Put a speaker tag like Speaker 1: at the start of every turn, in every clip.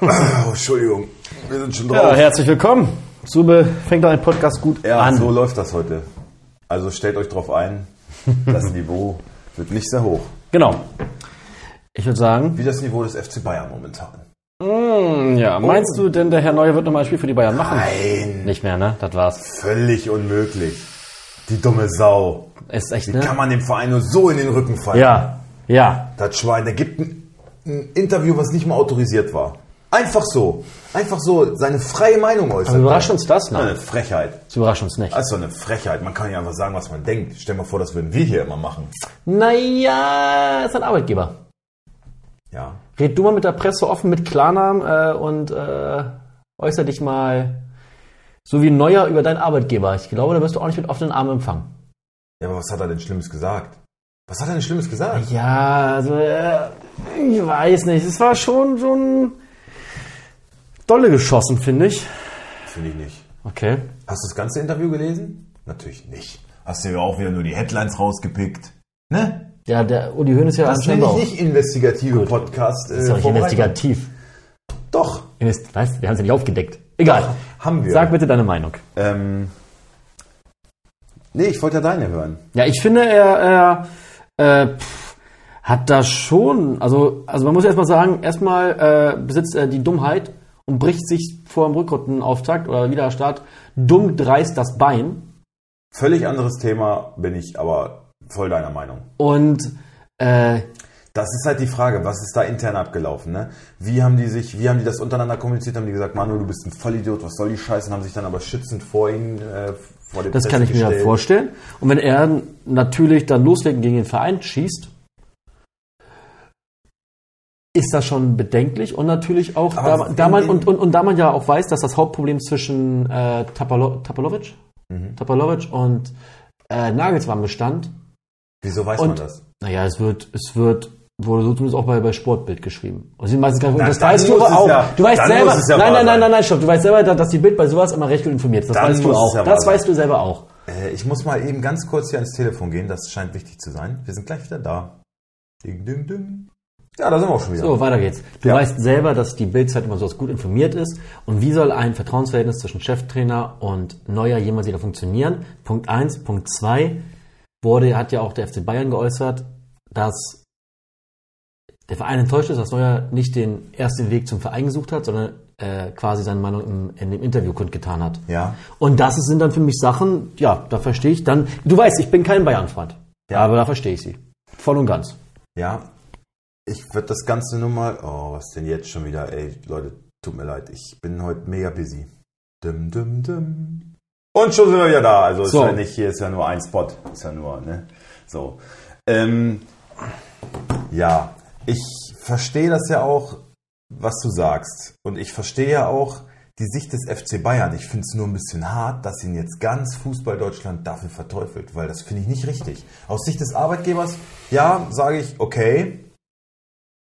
Speaker 1: Oh, Entschuldigung, wir sind schon
Speaker 2: Ja,
Speaker 1: drauf.
Speaker 2: herzlich willkommen. Sube fängt einen Podcast gut
Speaker 1: Ja,
Speaker 2: an.
Speaker 1: so läuft das heute. Also stellt euch drauf ein, das Niveau wird nicht sehr hoch.
Speaker 2: Genau. Ich würde sagen, oh.
Speaker 1: Wie das Niveau des FC Bayern momentan.
Speaker 2: Hm, ja, meinst du denn, der Herr Neuer wird nochmal ein Spiel für die Bayern machen?
Speaker 1: Nein,
Speaker 2: Nicht mehr, ne? Das war's.
Speaker 1: völlig unmöglich. Die dumme Sau.
Speaker 2: Ist echt,
Speaker 1: Wie
Speaker 2: ne?
Speaker 1: kann man dem Verein nur so in den Rücken fallen?
Speaker 2: Ja, ja.
Speaker 1: Das Schwein, der gibt ein, ein Interview, was nicht mal autorisiert war. Einfach so. Einfach so seine freie Meinung äußern.
Speaker 2: Aber Also überrascht uns
Speaker 1: Das ist
Speaker 2: das? Also, Nein,
Speaker 1: eine Frechheit.
Speaker 2: das überrascht uns nicht.
Speaker 1: Das ist so eine Frechheit. Man kann ja einfach sagen, was man denkt. Stell mal vor, das würden wir hier immer machen.
Speaker 2: Naja, ist ein Arbeitgeber.
Speaker 1: Ja.
Speaker 2: Red du mal mit der Presse offen, mit Klarnamen äh, und äh, äußer dich mal so wie Neuer über deinen Arbeitgeber. Ich glaube, da wirst du auch nicht mit offenen Armen empfangen.
Speaker 1: Ja, aber was hat er denn Schlimmes gesagt? Was hat er denn Schlimmes gesagt?
Speaker 2: Ja, also, äh, ich weiß nicht. Es war schon so ein dolle geschossen, finde ich.
Speaker 1: Finde ich nicht.
Speaker 2: Okay.
Speaker 1: Hast du das ganze Interview gelesen? Natürlich nicht. Hast du ja auch wieder nur die Headlines rausgepickt. Ne?
Speaker 2: Ja, der Uli Hoeneß ist ja
Speaker 1: Das nenne
Speaker 2: anscheinend
Speaker 1: ich
Speaker 2: auch.
Speaker 1: nicht investigative Podcast. Äh,
Speaker 2: ist doch nicht
Speaker 1: Vorbereitung.
Speaker 2: investigativ.
Speaker 1: Doch,
Speaker 2: Invest was? Wir haben es ja nicht aufgedeckt. Egal.
Speaker 1: haben wir.
Speaker 2: Sag bitte deine Meinung.
Speaker 1: Ähm, nee, ich wollte ja deine hören.
Speaker 2: Ja, ich finde, er, er äh, pff, hat da schon, also, also man muss erstmal sagen, erstmal äh, besitzt er die Dummheit und bricht sich vor dem Rückrundenauftakt oder Wiederstart dumm dreist das Bein.
Speaker 1: Völlig anderes Thema bin ich aber voll deiner Meinung.
Speaker 2: Und äh,
Speaker 1: Das ist halt die Frage, was ist da intern abgelaufen, ne? Wie haben die sich, wie haben die das untereinander kommuniziert? Haben die gesagt, Manuel, du bist ein Vollidiot, was soll die Scheiße? Und haben sich dann aber schützend vor ihn, äh, vor dem
Speaker 2: Das kann ich mir ja vorstellen. Und wenn er natürlich dann loslegen gegen den Verein schießt, ist das schon bedenklich und natürlich auch,
Speaker 1: Aber
Speaker 2: da,
Speaker 1: wenn
Speaker 2: da man,
Speaker 1: den-
Speaker 2: und, und, und da man ja auch weiß, dass das Hauptproblem zwischen äh, Tapalo, Tapalovic,
Speaker 1: Mhm.
Speaker 2: Tapalovic und äh, Nagelsmann bestand,
Speaker 1: Wieso weiß man
Speaker 2: und
Speaker 1: das?
Speaker 2: naja, es wird, es wird, wurde so zumindest auch bei, bei Sportbild geschrieben. Und sie sind meistens gar nicht,
Speaker 1: Na,
Speaker 2: das
Speaker 1: dann
Speaker 2: weißt du
Speaker 1: muss
Speaker 2: aber
Speaker 1: es
Speaker 2: auch.
Speaker 1: ja-
Speaker 2: du weißt
Speaker 1: dann
Speaker 2: selber,
Speaker 1: muss es ja wahr
Speaker 2: nein, nein,
Speaker 1: sein.
Speaker 2: nein, nein, nein, stopp, du weißt selber, dass die Bild bei sowas immer recht gut informiert ist. Das
Speaker 1: Dann
Speaker 2: weißt du
Speaker 1: muss es
Speaker 2: auch.
Speaker 1: ja wahr
Speaker 2: das
Speaker 1: sein.
Speaker 2: weißt du selber auch.
Speaker 1: Äh, ich muss mal eben ganz kurz hier ans Telefon gehen, das scheint wichtig zu sein. Wir sind gleich wieder da. Ding, ding, ding. Ja, da sind wir auch schon wieder.
Speaker 2: So, weiter geht's. Du
Speaker 1: Ja.
Speaker 2: weißt selber, dass die Bildzeit immer so gut informiert ist. Und wie soll ein Vertrauensverhältnis zwischen Cheftrainer und Neuer jemals wieder funktionieren? Punkt eins, Punkt zwei wurde, hat ja auch der FC Bayern geäußert, dass der Verein enttäuscht ist, dass Neuer nicht den ersten Weg zum Verein gesucht hat, sondern äh, quasi seine Meinung im, in dem Interview kundgetan hat.
Speaker 1: Ja.
Speaker 2: Und das sind dann für mich Sachen, ja, da verstehe ich dann. Du weißt, ich bin kein Bayern-Freund.
Speaker 1: Ja.
Speaker 2: Aber da verstehe ich sie. Voll und ganz.
Speaker 1: Ja. Ich würde das Ganze nur mal. Oh, was denn jetzt schon wieder? Ey, Leute, tut mir leid. Ich bin heute mega busy. Dim, dim, dim. Und schon sind wir wieder da. Also
Speaker 2: So.
Speaker 1: ist ja nicht, hier ist ja nur ein Spot. Ist ja nur, ne? So. Ähm, ja, ich verstehe das ja auch, was du sagst. Und ich verstehe ja auch die Sicht des FC Bayern. Ich finde es nur ein bisschen hart, dass ihn jetzt ganz Fußball Deutschland dafür verteufelt, weil das finde ich nicht richtig. Aus Sicht des Arbeitgebers, ja, sage ich, okay,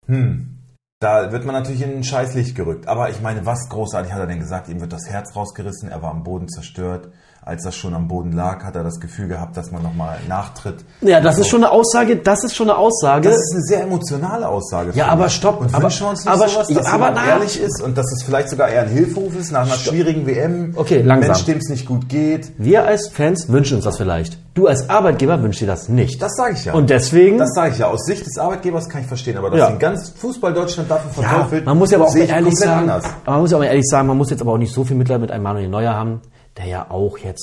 Speaker 1: hm, da wird man natürlich in ein Scheißlicht gerückt. Aber ich meine, was großartig hat er denn gesagt? Ihm wird das Herz rausgerissen, er war am Boden zerstört. Als das schon am Boden lag, hat er das Gefühl gehabt, dass man nochmal nachtritt.
Speaker 2: Ja, das ist schon eine Aussage, das ist schon eine Aussage.
Speaker 1: Genau. Das ist eine sehr emotionale Aussage. finde
Speaker 2: aber
Speaker 1: ich.
Speaker 2: stopp,
Speaker 1: Und
Speaker 2: aber-
Speaker 1: wünschen wir uns nicht
Speaker 2: aber-
Speaker 1: sowas,
Speaker 2: ja,
Speaker 1: dass
Speaker 2: aber
Speaker 1: jemand
Speaker 2: na-
Speaker 1: ehrlich ist und dass es vielleicht sogar eher ein Hilferuf ist nach einer schwierigen WM.
Speaker 2: Okay, langsam.
Speaker 1: Mensch, dem es nicht gut geht.
Speaker 2: Wir als Fans wünschen uns das vielleicht. Du als Arbeitgeber wünschst dir das nicht.
Speaker 1: Das sage ich ja.
Speaker 2: Und deswegen-
Speaker 1: Das sage ich ja. Aus Sicht des Arbeitgebers kann ich verstehen, aber dass
Speaker 2: Ja.
Speaker 1: den ganz Fußball Deutschland dafür
Speaker 2: ja,
Speaker 1: verteufelt,
Speaker 2: man muss ja aber auch
Speaker 1: sehe ich
Speaker 2: ehrlich
Speaker 1: komplett
Speaker 2: sagen,
Speaker 1: anders.
Speaker 2: aber man muss ja auch mal ehrlich sagen, man muss jetzt aber auch nicht so viel Mitleid mit einem Manuel Neuer haben, der ja auch jetzt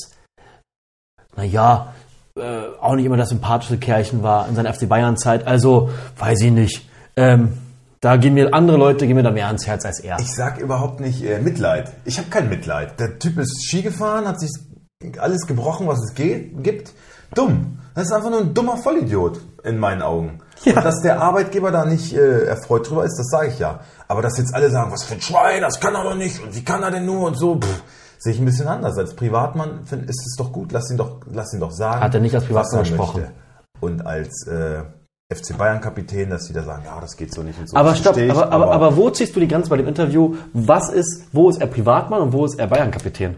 Speaker 2: naja, äh, auch nicht immer das sympathische Kerlchen war in seiner FC Bayern-Zeit. Also, weiß ich nicht. Ähm, da gehen mir andere Leute gehen mir da mehr ans Herz als er.
Speaker 1: Ich sag überhaupt nicht äh, Mitleid. Ich habe kein Mitleid. Der Typ ist Ski gefahren, hat sich alles gebrochen, was es geht, gibt. Dumm. Das ist einfach nur ein dummer Vollidiot in meinen Augen. Und dass der Arbeitgeber da nicht äh, erfreut drüber ist, das sage ich ja. Aber dass jetzt alle sagen, was für ein Schwein, das kann er doch nicht und wie kann er denn nur und so, pff, sehe ich ein bisschen anders. Als Privatmann find, ist es doch gut, lass ihn doch, lass ihn doch sagen.
Speaker 2: Hat er nicht als Privatmann
Speaker 1: was er
Speaker 2: gesprochen.
Speaker 1: möchte. Und als äh, FC Bayern-Kapitän, dass die da sagen, ja, das geht so nicht und so.
Speaker 2: aber
Speaker 1: Das
Speaker 2: stopp,
Speaker 1: verstehe ich,
Speaker 2: aber, aber, aber wo ziehst du die Grenze bei dem Interview? Was ist, wo ist er Privatmann und wo ist er Bayern-Kapitän?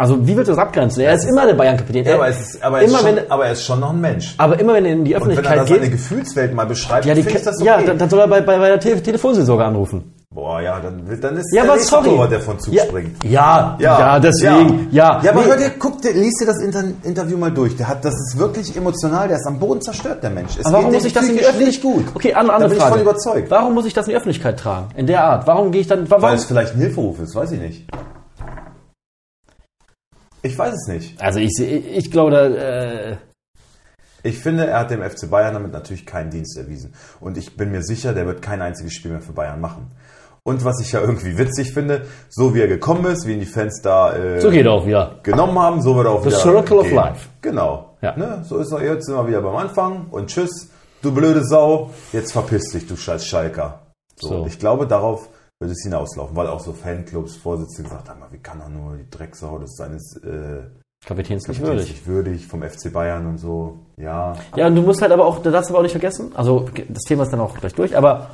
Speaker 2: Also, wie willst du das abgrenzen? Er ist immer der Bayern-Kapitän.
Speaker 1: Ja,
Speaker 2: Er-
Speaker 1: aber, es ist, aber, er ist
Speaker 2: immer,
Speaker 1: schon,
Speaker 2: wenn,
Speaker 1: aber er ist schon noch ein Mensch.
Speaker 2: aber immer wenn er in die
Speaker 1: Und wenn er da
Speaker 2: Öffentlichkeit
Speaker 1: seine
Speaker 2: geht,
Speaker 1: Gefühlswelt mal beschreibt,
Speaker 2: ja, die,
Speaker 1: finde ich das okay.
Speaker 2: ja, dann, dann soll er bei, bei, bei der Te Telefonseelsorge anrufen.
Speaker 1: Boah, ja, dann, dann ist
Speaker 2: Ja,
Speaker 1: der
Speaker 2: aber
Speaker 1: nächste
Speaker 2: sorry.
Speaker 1: Torwart, der von Zug
Speaker 2: ja,
Speaker 1: springt.
Speaker 2: Ja, ja, deswegen. Ja,
Speaker 1: ja. aber
Speaker 2: Nee,
Speaker 1: hör dir, guck, dir, liest dir das Inter Interview mal durch. Der hat, das ist wirklich emotional. Der ist am Boden zerstört, der Mensch. Es
Speaker 2: aber warum
Speaker 1: dem
Speaker 2: muss ich das in die
Speaker 1: psychisch
Speaker 2: Öffentlichkeit...
Speaker 1: nicht gut?
Speaker 2: Okay, andere, andere
Speaker 1: da bin
Speaker 2: Frage.
Speaker 1: ich voll überzeugt.
Speaker 2: Warum muss ich das in die Öffentlichkeit tragen? In der Art. Warum gehe ich dann... Warum?
Speaker 1: Weil es vielleicht ein Hilferuf ist, weiß ich nicht. Ich weiß es nicht.
Speaker 2: also ich, seh- ich glaube, da... Äh,
Speaker 1: Ich finde, er hat dem FC Bayern damit natürlich keinen Dienst erwiesen. Und ich bin mir sicher, der wird kein einziges Spiel mehr für Bayern machen. Und was ich ja irgendwie witzig finde, so wie er gekommen ist, wie ihn die Fans da äh,
Speaker 2: so geht auch wieder.
Speaker 1: genommen haben, so wird er auch
Speaker 2: The
Speaker 1: wieder
Speaker 2: circle of
Speaker 1: gehen.
Speaker 2: life.
Speaker 1: Genau.
Speaker 2: Ja.
Speaker 1: Ne? So ist er jetzt immer wieder beim Anfang und tschüss, du blöde Sau, jetzt verpiss dich, du scheiß Schalker. So.
Speaker 2: So.
Speaker 1: Ich glaube, darauf wird es hinauslaufen, weil auch so Fanclubs, Vorsitzende gesagt haben, wie kann er nur die Drecksau des seines äh,
Speaker 2: Kapitäns nicht
Speaker 1: Kapitäns
Speaker 2: würdig.
Speaker 1: nicht würdig vom FC Bayern und so. Ja.
Speaker 2: Ja, und du musst halt aber auch, das darfst du aber auch nicht vergessen, also das Thema ist dann auch gleich durch, aber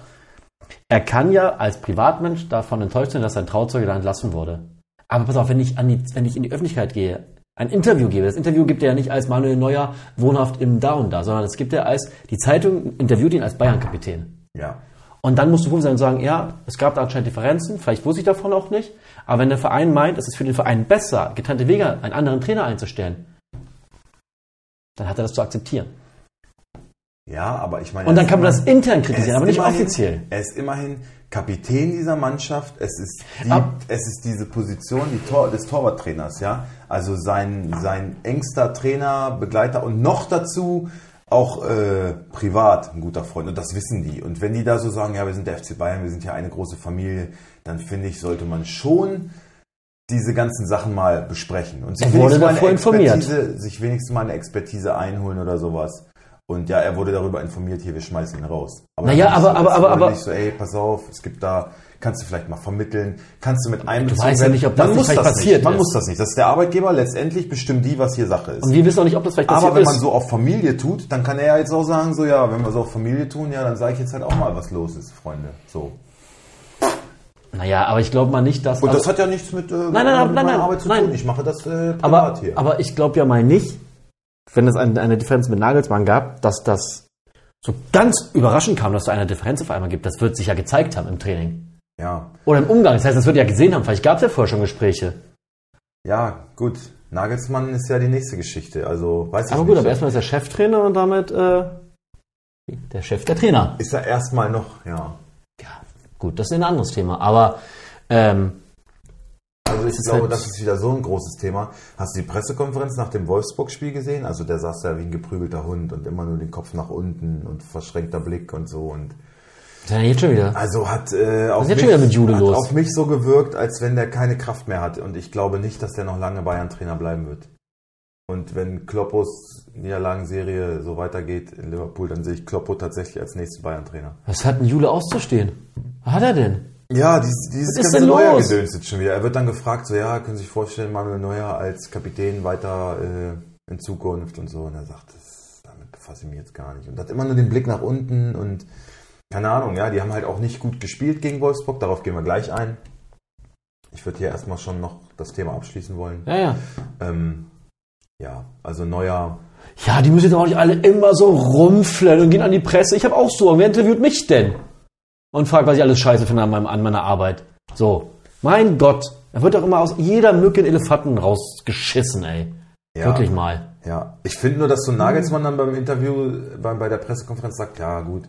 Speaker 2: er kann ja als Privatmensch davon enttäuscht sein, dass sein Trauzeuge da entlassen wurde. Aber pass auf, wenn ich, an die, wenn ich in die Öffentlichkeit gehe, ein Interview gebe, das Interview gibt er ja nicht als Manuel Neuer wohnhaft im Da und Da, sondern es gibt er als, die Zeitung interviewt ihn als Bayern-Kapitän.
Speaker 1: Ja.
Speaker 2: Und dann musst du gut sein und sagen, ja, es gab da anscheinend Differenzen, vielleicht wusste ich davon auch nicht, aber wenn der Verein meint, es ist für den Verein besser, getrennte Wege, einen anderen Trainer einzustellen, dann hat er das zu akzeptieren.
Speaker 1: Ja, aber ich meine.
Speaker 2: Und
Speaker 1: er
Speaker 2: dann
Speaker 1: ist
Speaker 2: kann man das
Speaker 1: immerhin-
Speaker 2: intern
Speaker 1: er ist
Speaker 2: kritisieren, aber nicht
Speaker 1: immerhin-
Speaker 2: offiziell.
Speaker 1: Er ist immerhin Kapitän dieser Mannschaft. Es ist, die,
Speaker 2: Ab-
Speaker 1: es ist diese Position die Tor, des Torwarttrainers, ja. Also sein, sein engster Trainer, Begleiter und noch dazu auch äh, privat ein guter Freund. Und das wissen die. Und wenn die da so sagen, ja, wir sind der FC Bayern, wir sind ja eine große Familie, dann finde ich, sollte man schon diese ganzen Sachen mal besprechen. Und sich
Speaker 2: Er wurde
Speaker 1: wenigstens mal
Speaker 2: davor
Speaker 1: eine
Speaker 2: informiert.
Speaker 1: Expertise- Sich wenigstens mal eine Expertise einholen oder sowas. Und ja, er wurde darüber informiert, hier, wir schmeißen ihn raus. Aber
Speaker 2: Naja,
Speaker 1: nicht
Speaker 2: aber-
Speaker 1: so,
Speaker 2: aber-
Speaker 1: es
Speaker 2: aber-
Speaker 1: wurde
Speaker 2: aber-
Speaker 1: Nicht so, ey, pass auf, es gibt da, kannst du vielleicht mal vermitteln, kannst du mit einbeziehen.
Speaker 2: weißt ja
Speaker 1: werden.
Speaker 2: nicht, ob das
Speaker 1: Man
Speaker 2: nicht
Speaker 1: muss
Speaker 2: vielleicht
Speaker 1: das
Speaker 2: passiert
Speaker 1: nicht. Man
Speaker 2: ist.
Speaker 1: muss das nicht. Das ist der Arbeitgeber, letztendlich bestimmt die, was hier Sache ist.
Speaker 2: Und wir wissen auch nicht, ob das vielleicht passiert
Speaker 1: aber wenn
Speaker 2: ist.
Speaker 1: man so auf Familie tut, dann kann er ja jetzt auch sagen, so ja, wenn wir so auf Familie tun, ja, dann sage ich jetzt halt auch mal, was los ist, Freunde. So.
Speaker 2: naja, aber ich glaube mal nicht, dass...
Speaker 1: Und
Speaker 2: also-
Speaker 1: das hat ja nichts mit, äh, nein,
Speaker 2: nein, nein,
Speaker 1: mit
Speaker 2: nein,
Speaker 1: meiner
Speaker 2: nein,
Speaker 1: Arbeit zu
Speaker 2: nein.
Speaker 1: tun. Ich mache das äh, privat
Speaker 2: aber,
Speaker 1: hier.
Speaker 2: aber ich glaube ja mal nicht, wenn es eine, eine Differenz mit Nagelsmann gab, dass das so ganz überraschend kam, dass es eine Differenz auf einmal gibt. Das wird sich ja gezeigt haben im Training.
Speaker 1: ja.
Speaker 2: Oder im Umgang. Das heißt, das wird ja gesehen haben. Vielleicht gab es ja vorher schon Gespräche.
Speaker 1: Ja, gut. Nagelsmann ist ja die nächste Geschichte. Also, weiß ich
Speaker 2: Aber
Speaker 1: nicht.
Speaker 2: gut, aber erstmal ist er Cheftrainer und damit äh, der Chef der Trainer.
Speaker 1: Ist er erstmal noch, ja.
Speaker 2: Ja, gut, das ist ein anderes Thema. Aber ähm,
Speaker 1: Also, ich
Speaker 2: ist
Speaker 1: glaube,
Speaker 2: halt-
Speaker 1: das ist wieder so ein großes Thema. Hast du die Pressekonferenz nach dem Wolfsburg-Spiel gesehen? Also, der saß da wie ein geprügelter Hund und immer nur den Kopf nach unten und verschränkter Blick und so. Und
Speaker 2: ist er jetzt schon wieder?
Speaker 1: also hat, äh, auf,
Speaker 2: ist jetzt
Speaker 1: mich,
Speaker 2: schon wieder mit Jude
Speaker 1: hat
Speaker 2: los?
Speaker 1: auf mich so gewirkt, als wenn der keine Kraft mehr hatte. Und ich glaube nicht, dass der noch lange Bayern-Trainer bleiben wird. Und wenn Kloppos Niederlagenserie so weitergeht in Liverpool, dann sehe ich Kloppo tatsächlich als nächsten Bayern-Trainer.
Speaker 2: Was hat denn Jule auszustehen? Was hat er denn?
Speaker 1: Ja, dieses, dieses
Speaker 2: Was ist
Speaker 1: ganze
Speaker 2: denn los?
Speaker 1: Neuer-Gedöns jetzt schon wieder. Er wird dann gefragt, so, ja, können Sie sich vorstellen, Manuel Neuer als Kapitän weiter äh, in Zukunft und so. Und er sagt, das, damit befasse ich mich jetzt gar nicht. Und hat immer nur den Blick nach unten und keine Ahnung, ja, die haben halt auch nicht gut gespielt gegen Wolfsburg, darauf gehen wir gleich ein. Ich würde hier erstmal schon noch das Thema abschließen wollen.
Speaker 2: Ja, ja.
Speaker 1: Ähm, ja, also Neuer,
Speaker 2: Ja, die müssen jetzt auch nicht alle immer so rumflennen und gehen an die Presse. Ich habe auch so. Und wer interviewt mich denn? Und fragt, was ich alles scheiße finde an, meinem, an meiner Arbeit. So. Mein Gott. Da wird doch immer aus jeder Mücke ein Elefanten rausgeschissen, ey.
Speaker 1: ja,
Speaker 2: Wirklich mal.
Speaker 1: Ja, ich finde nur, dass so
Speaker 2: Mhm.
Speaker 1: Nagelsmann dann beim Interview, bei, bei der Pressekonferenz sagt, ja gut,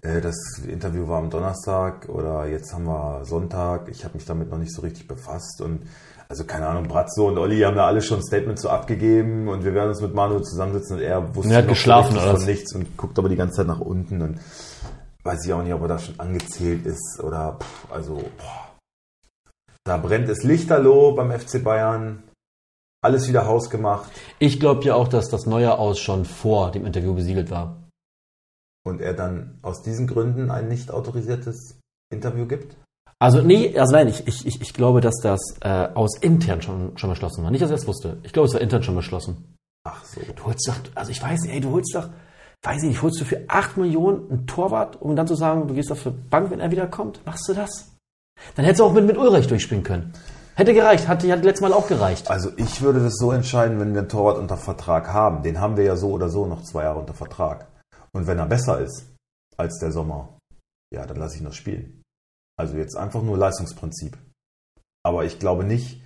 Speaker 1: äh, das Interview war am Donnerstag oder jetzt haben wir Sonntag, ich habe mich damit noch nicht so richtig befasst und also keine Ahnung, Bratzo und Olli haben da alle schon ein Statement zu abgegeben und wir werden uns mit Manu zusammensitzen und er wusste
Speaker 2: Er hat
Speaker 1: noch
Speaker 2: geschlafen,
Speaker 1: nichts
Speaker 2: oder
Speaker 1: von
Speaker 2: was?
Speaker 1: nichts und guckt aber die ganze Zeit nach unten und weiß ich auch nicht, ob er da schon angezählt ist oder pff, also boah. da brennt es lichterloh beim FC Bayern. Alles wieder hausgemacht
Speaker 2: Ich glaube ja auch, dass das Neuer aus schon vor dem Interview besiegelt war.
Speaker 1: und er dann aus diesen Gründen ein nicht autorisiertes Interview gibt.
Speaker 2: Also nee, das war nicht. Ich, ich, ich glaube, dass das äh, aus intern schon, schon beschlossen war. Nicht, dass er es wusste. Ich glaube, es war intern schon beschlossen.
Speaker 1: Ach so.
Speaker 2: Du holst doch, also ich weiß nicht, ey, du holst doch, weiß ich nicht, holst du für 8 Millionen einen Torwart, um dann zu sagen, du gehst auf die Bank, wenn er wiederkommt? Machst du das? Dann hättest du auch mit, mit Ulreich durchspielen können. Hätte gereicht, hat, hat letztes Mal auch gereicht.
Speaker 1: Also ich würde das so entscheiden, wenn wir einen Torwart unter Vertrag haben. Den haben wir ja so oder so noch zwei Jahre unter Vertrag. Und wenn er besser ist als der Sommer, ja, dann lasse ich ihn noch spielen. Also jetzt einfach nur Leistungsprinzip. Aber ich glaube nicht,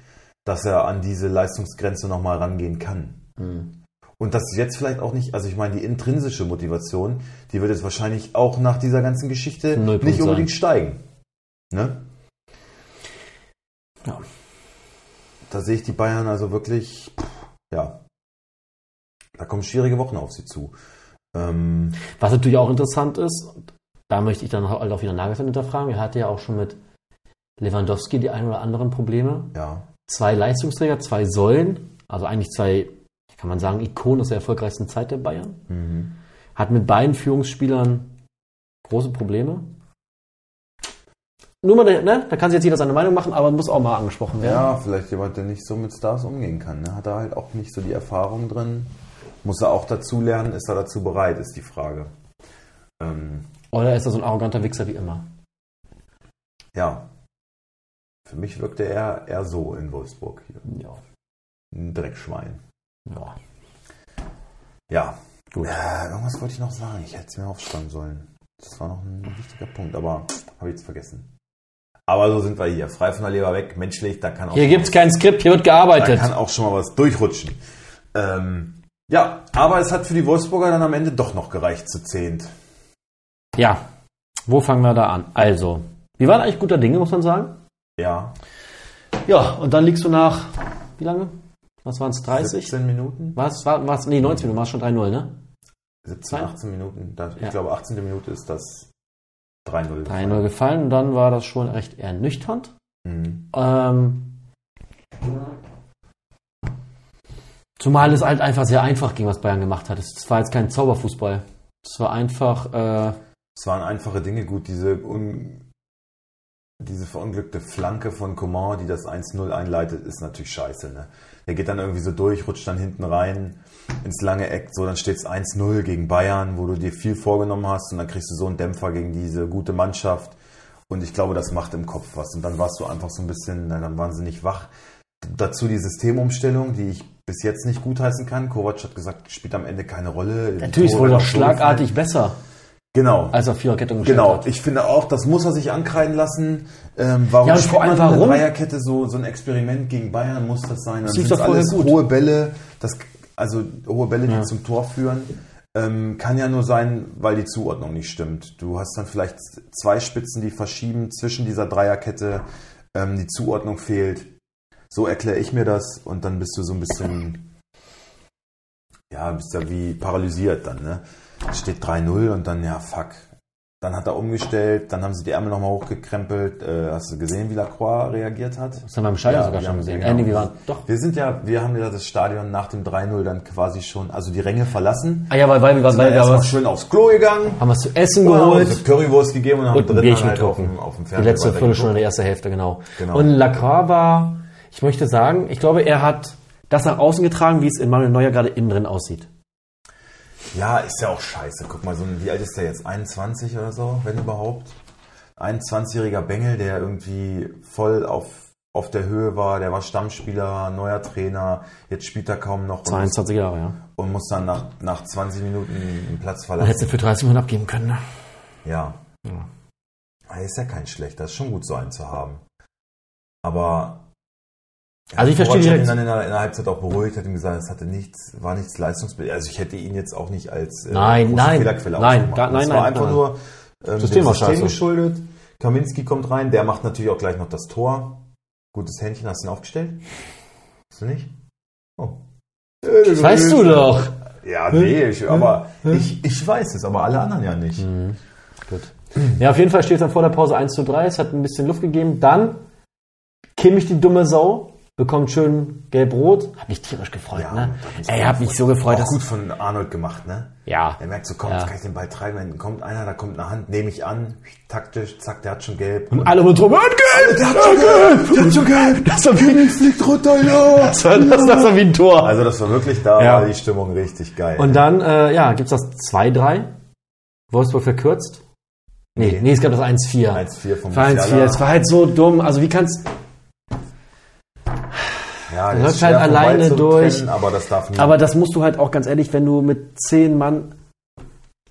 Speaker 1: dass er an diese Leistungsgrenze nochmal rangehen kann. Hm. Und das jetzt vielleicht auch nicht, also ich meine, die intrinsische Motivation, die wird jetzt wahrscheinlich auch nach dieser ganzen Geschichte
Speaker 2: Nullpunkt
Speaker 1: nicht
Speaker 2: sein.
Speaker 1: unbedingt steigen. Ne?
Speaker 2: Ja.
Speaker 1: Da sehe ich die Bayern also wirklich, pff, ja, da kommen schwierige Wochen auf sie zu. Ähm,
Speaker 2: Was natürlich auch interessant ist, und da möchte ich dann halt auch wieder Nagelsmann hinterfragen, er hatte ja auch schon mit Lewandowski die ein oder anderen Probleme.
Speaker 1: ja,
Speaker 2: zwei Leistungsträger, zwei Säulen, also eigentlich zwei, kann man sagen, Ikonen aus der erfolgreichsten Zeit der Bayern.
Speaker 1: mhm.
Speaker 2: Hat mit beiden Führungsspielern große Probleme. Nur mal, ne? da kann sich jetzt jeder seine Meinung machen, aber muss auch mal angesprochen werden.
Speaker 1: ja, vielleicht jemand, der nicht so mit Stars umgehen kann. Ne? Hat er halt auch nicht so die Erfahrung drin. Muss er auch dazu lernen? Ist er dazu bereit, ist die Frage. Ähm,
Speaker 2: Oder ist er so ein arroganter Wichser wie immer?
Speaker 1: ja, für mich wirkte er eher so in Wolfsburg hier.
Speaker 2: Ja.
Speaker 1: Ein Dreckschwein.
Speaker 2: ja.
Speaker 1: Ja,
Speaker 2: Gut.
Speaker 1: Äh, irgendwas wollte ich noch sagen. Ich hätte es mir aufschreiben sollen. Das war noch ein wichtiger Punkt, aber habe ich jetzt vergessen. Aber so sind wir hier. Frei von der Leber weg, menschlich, da kann auch,
Speaker 2: Hier
Speaker 1: schon,
Speaker 2: gibt's kein Skript, hier wird
Speaker 1: da
Speaker 2: gearbeitet.
Speaker 1: kann auch schon mal was durchrutschen. Ähm, ja, aber es hat für die Wolfsburger dann am Ende doch noch gereicht zu zehnt.
Speaker 2: Ja. Wo fangen wir da an? Also, wir waren eigentlich guter Dinge, muss man sagen.
Speaker 1: Ja,
Speaker 2: Ja, und dann liegst du nach, wie lange? Was waren's? 30?
Speaker 1: 17 Minuten?
Speaker 2: Was? War, war's, nee, 19 Minuten, war schon 3-0, ne?
Speaker 1: 17, 18 Minuten. Da,
Speaker 2: Ja.
Speaker 1: Ich glaube, 18. Minute ist das 3-0.
Speaker 2: 3-0 gefallen und dann war das schon recht ernüchternd.
Speaker 1: Mhm.
Speaker 2: Ähm, zumal es halt einfach sehr einfach ging, was Bayern gemacht hat. Es war jetzt kein Zauberfußball. Es war einfach, äh,
Speaker 1: Es waren einfache Dinge gut, diese, un, diese verunglückte Flanke von Coman, die das 1-0 einleitet, ist natürlich scheiße. Ne? Der geht dann irgendwie so durch, rutscht dann hinten rein ins lange Eck, so dann steht es 1-0 gegen Bayern, wo du dir viel vorgenommen hast und dann kriegst du so einen Dämpfer gegen diese gute Mannschaft. Und ich glaube, das macht im Kopf was. Und dann warst du einfach so ein bisschen, na, dann waren sie nicht wach. Dazu die Systemumstellung, die ich bis jetzt nicht gutheißen kann. Kovac hat gesagt, spielt am Ende keine Rolle. Die
Speaker 2: natürlich
Speaker 1: Tore
Speaker 2: wurde
Speaker 1: werden
Speaker 2: doch
Speaker 1: auch so
Speaker 2: schlagartig
Speaker 1: gefallen.
Speaker 2: besser,
Speaker 1: Genau.
Speaker 2: als er Viererkette umgestellt
Speaker 1: Genau,
Speaker 2: hat.
Speaker 1: ich finde auch, das muss er sich ankreiden lassen. Ähm, warum
Speaker 2: Ja, und
Speaker 1: spielt
Speaker 2: vor allem
Speaker 1: man mit
Speaker 2: warum?
Speaker 1: einer Dreierkette so, so ein Experiment gegen Bayern muss das sein? Dann
Speaker 2: Das lief
Speaker 1: sind
Speaker 2: doch vorher
Speaker 1: alles
Speaker 2: gut.
Speaker 1: hohe Bälle, das, also hohe Bälle, die
Speaker 2: Ja.
Speaker 1: zum Tor führen. Ähm, kann ja nur sein, weil die Zuordnung nicht stimmt. Du hast dann vielleicht zwei Spitzen, die verschieben zwischen dieser Dreierkette, ähm, die Zuordnung fehlt. So erkläre ich mir das und dann bist du so ein bisschen, ja, bist ja wie paralysiert dann, ne? Steht 3-0 und dann, ja, fuck. Dann hat er umgestellt, dann haben sie die Ärmel nochmal hochgekrempelt. Äh, hast du gesehen, wie Lacroix reagiert hat?
Speaker 2: Das haben wir im Stadion
Speaker 1: Ja,
Speaker 2: sogar
Speaker 1: wir
Speaker 2: schon
Speaker 1: haben-
Speaker 2: gesehen.
Speaker 1: genau.
Speaker 2: Äh, nee, wir waren, doch.
Speaker 1: Wir sind ja, wir haben ja das Stadion nach dem 3-0 dann quasi schon, also die Ränge verlassen.
Speaker 2: Ah ja, weil, weil, weil,
Speaker 1: Sind dann
Speaker 2: weil wir
Speaker 1: erstmal
Speaker 2: was,
Speaker 1: schön aufs Klo gegangen,
Speaker 2: haben was zu essen
Speaker 1: haben uns eine
Speaker 2: geholt.
Speaker 1: Currywurst gegeben und haben
Speaker 2: Und ein
Speaker 1: drinnen
Speaker 2: Bierchen
Speaker 1: halt auf,
Speaker 2: getrunken.
Speaker 1: dem, auf dem
Speaker 2: Die
Speaker 1: Fernseher
Speaker 2: letzte
Speaker 1: weiter
Speaker 2: Viertelstunde
Speaker 1: geguckt.
Speaker 2: der ersten Hälfte, genau.
Speaker 1: Genau.
Speaker 2: Und Lacroix war, ich möchte sagen, ich glaube, er hat das nach außen getragen, wie es in Manuel Neuer gerade innen drin aussieht.
Speaker 1: Ja, ist ja auch scheiße. Guck mal, so ein, wie alt ist der jetzt? 21 oder so, wenn überhaupt? 21-jähriger Bengel, der irgendwie voll auf, auf der Höhe war, der war Stammspieler, neuer Trainer, jetzt spielt er kaum noch und,
Speaker 2: 22 Jahre, ja.
Speaker 1: und muss dann nach, nach 20 Minuten den Platz
Speaker 2: Dann
Speaker 1: verlassen.
Speaker 2: hättest du für 30 Minuten abgeben können, ne?
Speaker 1: Ja. Er ist ja kein schlechter, ist schon gut, so einen zu haben. Aber.
Speaker 2: Also ich verstehe
Speaker 1: Kovac hat
Speaker 2: direkt-
Speaker 1: ihn dann in der, in der Halbzeit auch beruhigt, hat ihm gesagt, es hatte nichts, war nichts leistungsbillig. Also ich hätte ihn jetzt auch nicht als äh,
Speaker 2: Nein,
Speaker 1: große
Speaker 2: nein,
Speaker 1: Fehlerquelle
Speaker 2: nein,
Speaker 1: ausgemacht.
Speaker 2: gar- nein,
Speaker 1: Es war
Speaker 2: nein,
Speaker 1: einfach
Speaker 2: nein.
Speaker 1: nur ähm,
Speaker 2: System
Speaker 1: dem
Speaker 2: war
Speaker 1: System
Speaker 2: scheiße.
Speaker 1: geschuldet. Kaminski kommt rein, der macht natürlich auch gleich noch das Tor. Gutes Händchen hast du ihn aufgestellt? Hast du nicht? Oh.
Speaker 2: Das weißt du doch.
Speaker 1: Ja, nee, ich, aber ich, ich weiß es, aber alle anderen ja nicht.
Speaker 2: Hm, Gut. Ja, auf jeden Fall steht es dann vor der Pause 1 zu 3. Es hat ein bisschen Luft gegeben. Dann Kimmich, die dumme Sau, bekommt schön gelb-rot. Hab mich tierisch gefreut,
Speaker 1: Ja,
Speaker 2: ne?
Speaker 1: hab mich
Speaker 2: Ey, hab mich so gefreut,
Speaker 1: Auch
Speaker 2: dass...
Speaker 1: gut von Arnold gemacht, ne?
Speaker 2: Ja.
Speaker 1: Er merkt so, komm,
Speaker 2: Ja.
Speaker 1: jetzt kann ich den Ball treiben, dann kommt einer, da kommt eine Hand, nehme ich an, taktisch, zack, der hat schon gelb. Und
Speaker 2: Alle um uns rum. Handgeld! Handgeld!
Speaker 1: der hat schon gelb!
Speaker 2: Das war wie,
Speaker 1: liegt runter, ja!
Speaker 2: das war, das, das war wie ein Tor.
Speaker 1: Also das war wirklich, da
Speaker 2: Ja.
Speaker 1: war die Stimmung richtig geil.
Speaker 2: Und dann, äh, ja, gibt's das 2-3. Wolfsburg verkürzt. Nee, nee,
Speaker 1: Nee.
Speaker 2: es gab das 1-4.
Speaker 1: 1-4 vom
Speaker 2: 1-4. Es war halt so dumm. Also wie kannst...
Speaker 1: ja, das
Speaker 2: läuft
Speaker 1: ist schwer
Speaker 2: halt alleine
Speaker 1: vorbeizutrennen,
Speaker 2: durch.
Speaker 1: Aber das darf nie.
Speaker 2: Aber das musst du halt auch ganz ehrlich, wenn du mit 10 Mann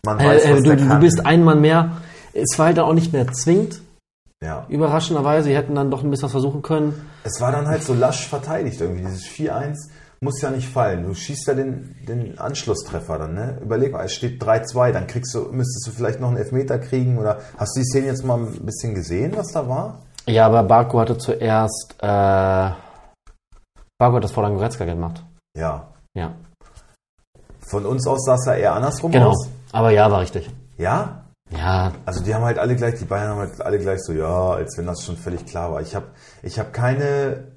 Speaker 1: man
Speaker 2: Äh, äh, du,
Speaker 1: der
Speaker 2: du
Speaker 1: kann.
Speaker 2: bist ein Mann mehr. Es war halt dann auch nicht mehr zwingend,
Speaker 1: Ja.
Speaker 2: überraschenderweise. Die hätten dann doch ein bisschen was versuchen können.
Speaker 1: Es war dann halt so lasch verteidigt irgendwie. Dieses 4-1 muss ja nicht fallen. Du schießt ja den, den Anschlusstreffer dann, ne? Überleg mal, es steht 3-2, dann kriegst du, müsstest du vielleicht noch einen Elfmeter kriegen oder hast du die Szene jetzt mal ein bisschen gesehen, was da war?
Speaker 2: Ja, aber Barco hatte zuerst. Äh, Barco hat das vor dann Goretzka gemacht.
Speaker 1: Ja.
Speaker 2: Ja,
Speaker 1: Von uns aus sah es ja eher andersrum
Speaker 2: genau.
Speaker 1: aus.
Speaker 2: Aber ja, war richtig.
Speaker 1: Ja?
Speaker 2: Ja,
Speaker 1: Also die haben halt alle gleich, die Bayern haben halt alle gleich so, ja, als wenn das schon völlig klar war. Ich habe ich hab keine,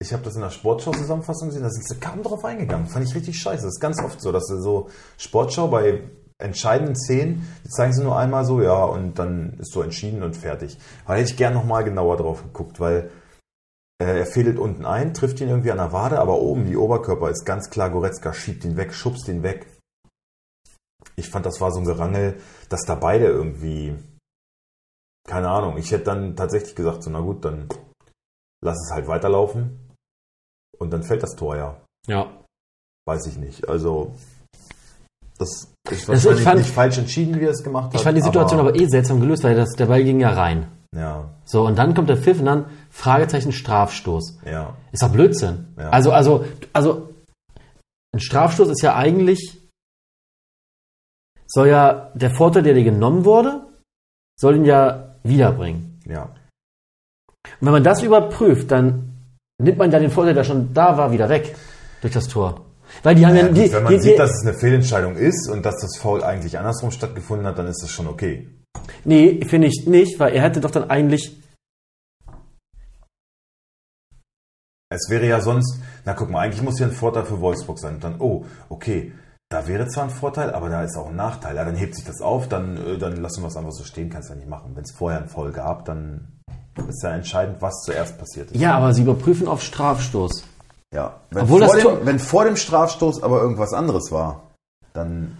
Speaker 1: ich habe das in der Sportschau-Zusammenfassung gesehen, da sind sie kaum drauf eingegangen. Fand ich richtig scheiße. Das ist ganz oft so, dass sie so Sportschau bei entscheidenden Szenen, die zeigen sie nur einmal so, ja, und dann ist so entschieden und fertig. Aber da hätte ich gern nochmal genauer drauf geguckt, weil äh, er fädelt unten ein, trifft ihn irgendwie an der Wade, aber oben, die Oberkörper ist ganz klar, Goretzka schiebt ihn weg, schubst ihn weg. Ich fand, das war so ein Gerangel, dass da beide irgendwie, keine Ahnung, ich hätte dann tatsächlich gesagt, so, na gut, dann lass es halt weiterlaufen und dann fällt das Tor ja.
Speaker 2: ja.
Speaker 1: Weiß ich nicht. Also, das ist
Speaker 2: ich
Speaker 1: wahrscheinlich
Speaker 2: fand-
Speaker 1: nicht falsch entschieden, wie er es gemacht hat.
Speaker 2: Ich fand die Situation aber, eh seltsam gelöst, weil das, der Ball ging ja rein.
Speaker 1: Ja,
Speaker 2: So, und dann kommt der Pfiff und dann Fragezeichen Strafstoß.
Speaker 1: ja.
Speaker 2: Ist doch Blödsinn.
Speaker 1: Ja.
Speaker 2: Also, also, also, ein Strafstoß ist ja eigentlich, soll ja der Vorteil, der dir genommen wurde, soll ihn ja wiederbringen.
Speaker 1: Ja,
Speaker 2: Und wenn man das überprüft, dann nimmt man ja den Vorteil, der schon da war, wieder weg durch das Tor. Weil die haben ja,
Speaker 1: Ja, gut,
Speaker 2: die,
Speaker 1: wenn man
Speaker 2: die,
Speaker 1: sieht,
Speaker 2: die,
Speaker 1: dass es eine Fehlentscheidung ist und dass das Foul eigentlich andersrum stattgefunden hat, dann ist das schon okay.
Speaker 2: Nee, finde ich nicht, weil er hätte doch dann eigentlich,
Speaker 1: Es wäre ja sonst, na guck mal, eigentlich muss ja ein Vorteil für Wolfsburg sein. Und dann, oh, okay, da wäre zwar ein Vorteil, aber da ist auch ein Nachteil. Ja, dann hebt sich das auf, dann, äh, dann lassen wir es einfach so stehen, kannst ja nicht machen. Wenn es vorher einen Foul gab, dann ist ja entscheidend, was zuerst passiert ist.
Speaker 2: ja, aber sie überprüfen auf Strafstoß.
Speaker 1: Ja, wenn,
Speaker 2: Obwohl
Speaker 1: vor
Speaker 2: das Tor-
Speaker 1: dem, wenn vor dem Strafstoß aber irgendwas anderes war, dann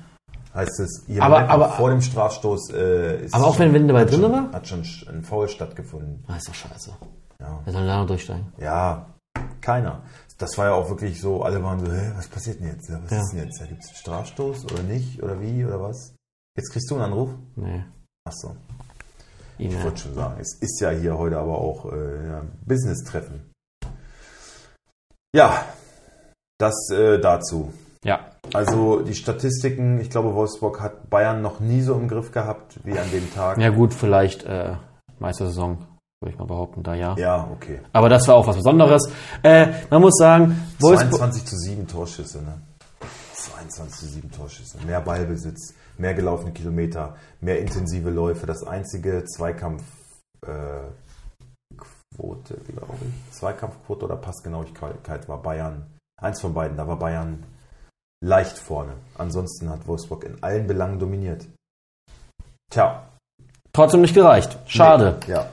Speaker 1: heißt es, ihr
Speaker 2: Aber-
Speaker 1: Moment,
Speaker 2: aber-
Speaker 1: vor dem Strafstoß äh, ist
Speaker 2: Aber auch wenn- wenn der Ball
Speaker 1: hat
Speaker 2: drin
Speaker 1: schon,
Speaker 2: war?
Speaker 1: Hat schon sch- ein Foul stattgefunden.
Speaker 2: Ah, ist doch scheiße.
Speaker 1: Ja.
Speaker 2: Wer soll denn da noch durchsteigen?
Speaker 1: Ja, keiner. Das war ja auch wirklich so, alle waren so, Hä, was passiert denn jetzt? Ja, was
Speaker 2: Ja.
Speaker 1: ist denn jetzt? Ja, Gibt es einen Strafstoß oder nicht? Oder wie? Oder was? Jetzt kriegst du einen Anruf?
Speaker 2: Nee.
Speaker 1: Achso,
Speaker 2: Ihn,
Speaker 1: ich
Speaker 2: ja.
Speaker 1: wollte schon sagen, es ist ja hier heute aber auch äh, ja, Business-Treffen. Ja, das äh, dazu.
Speaker 2: ja.
Speaker 1: Also die Statistiken, ich glaube, Wolfsburg hat Bayern noch nie so im Griff gehabt wie an dem Tag.
Speaker 2: Ja, gut, vielleicht äh, Meistersaison, würde ich mal behaupten, da ja.
Speaker 1: Ja, okay.
Speaker 2: Aber das war auch was Besonderes. Äh, man muss sagen, Wolfsburg.
Speaker 1: 22 zu 7 Torschüsse, ne? 22 zu 7 Torschüsse. Mehr Ballbesitz, mehr gelaufene Kilometer, mehr intensive Läufe. Das einzige Zweikampfquote, äh, glaube ich. Zweikampfquote oder Passgenauigkeit war Bayern. Eins von beiden, da war Bayern leicht vorne. Ansonsten hat Wolfsburg in allen Belangen dominiert. Tja.
Speaker 2: Trotzdem nicht gereicht. Schade.
Speaker 1: Nee, ja.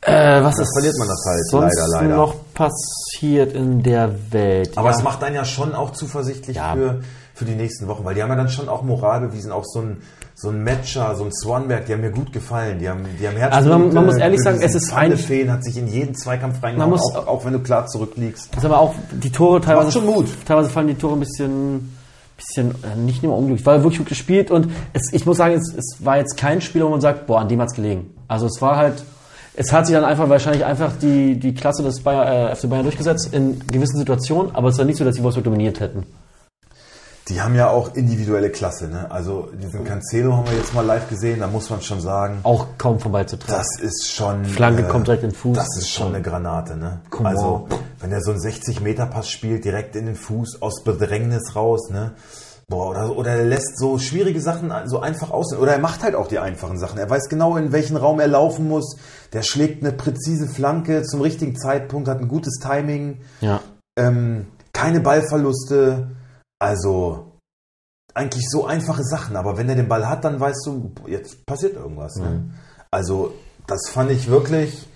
Speaker 2: Äh, was
Speaker 1: Dann
Speaker 2: ist
Speaker 1: verliert man das halt,
Speaker 2: sonst
Speaker 1: leider, leider.
Speaker 2: noch passiert in der Welt?
Speaker 1: Aber
Speaker 2: ja.
Speaker 1: es macht einen ja schon auch zuversichtlich
Speaker 2: Ja.
Speaker 1: für, für die nächsten Wochen, weil die haben ja dann schon auch Moral bewiesen, auch so ein, so ein Matcher, so ein Swanberg, die haben mir gut gefallen, die haben, die haben Herz
Speaker 2: Also man- man muss ehrlich sagen, es ist eigentlich-
Speaker 1: Feen hat sich in jeden Zweikampf reingehauen,
Speaker 2: muss-
Speaker 1: auch, auch wenn du klar zurückliegst.
Speaker 2: Das ist aber auch die Tore teilweise.
Speaker 1: Macht schon Mut.
Speaker 2: Teilweise fallen die Tore ein bisschen, bisschen äh, nicht nur unglücklich. War wirklich gut gespielt und es, ich muss sagen, es, es war jetzt kein Spiel, wo man sagt, boah, an dem hat's gelegen. Also es war halt, es hat sich dann einfach wahrscheinlich einfach die, die Klasse des Bayer, äh, FC Bayern durchgesetzt in gewissen Situationen, aber es war nicht so, dass die Wolfsburg dominiert hätten.
Speaker 1: Die haben ja auch individuelle Klasse, ne? Also
Speaker 2: Oh.
Speaker 1: diesen Cancelo haben wir jetzt mal live gesehen, da muss man schon sagen,
Speaker 2: Auch kaum vorbeizutragen.
Speaker 1: das ist schon. äh,
Speaker 2: Flanke kommt direkt in den Fuß.
Speaker 1: Das ist schon eine Granate, ne?
Speaker 2: Come
Speaker 1: also,
Speaker 2: on.
Speaker 1: wenn er so einen 60-Meter-Pass spielt, direkt in den Fuß, aus Bedrängnis raus, ne? Boah, oder, oder er lässt so schwierige Sachen so einfach aus. Oder er macht halt auch die einfachen Sachen. Er weiß genau, in welchen Raum er laufen muss. Der schlägt eine präzise Flanke zum richtigen Zeitpunkt, hat ein gutes Timing
Speaker 2: Ja.
Speaker 1: ähm, keine Ballverluste, also eigentlich so einfache Sachen. Aber wenn er den Ball hat, dann weißt du, jetzt passiert irgendwas.
Speaker 2: Mhm.
Speaker 1: Ne? Also das fand ich wirklich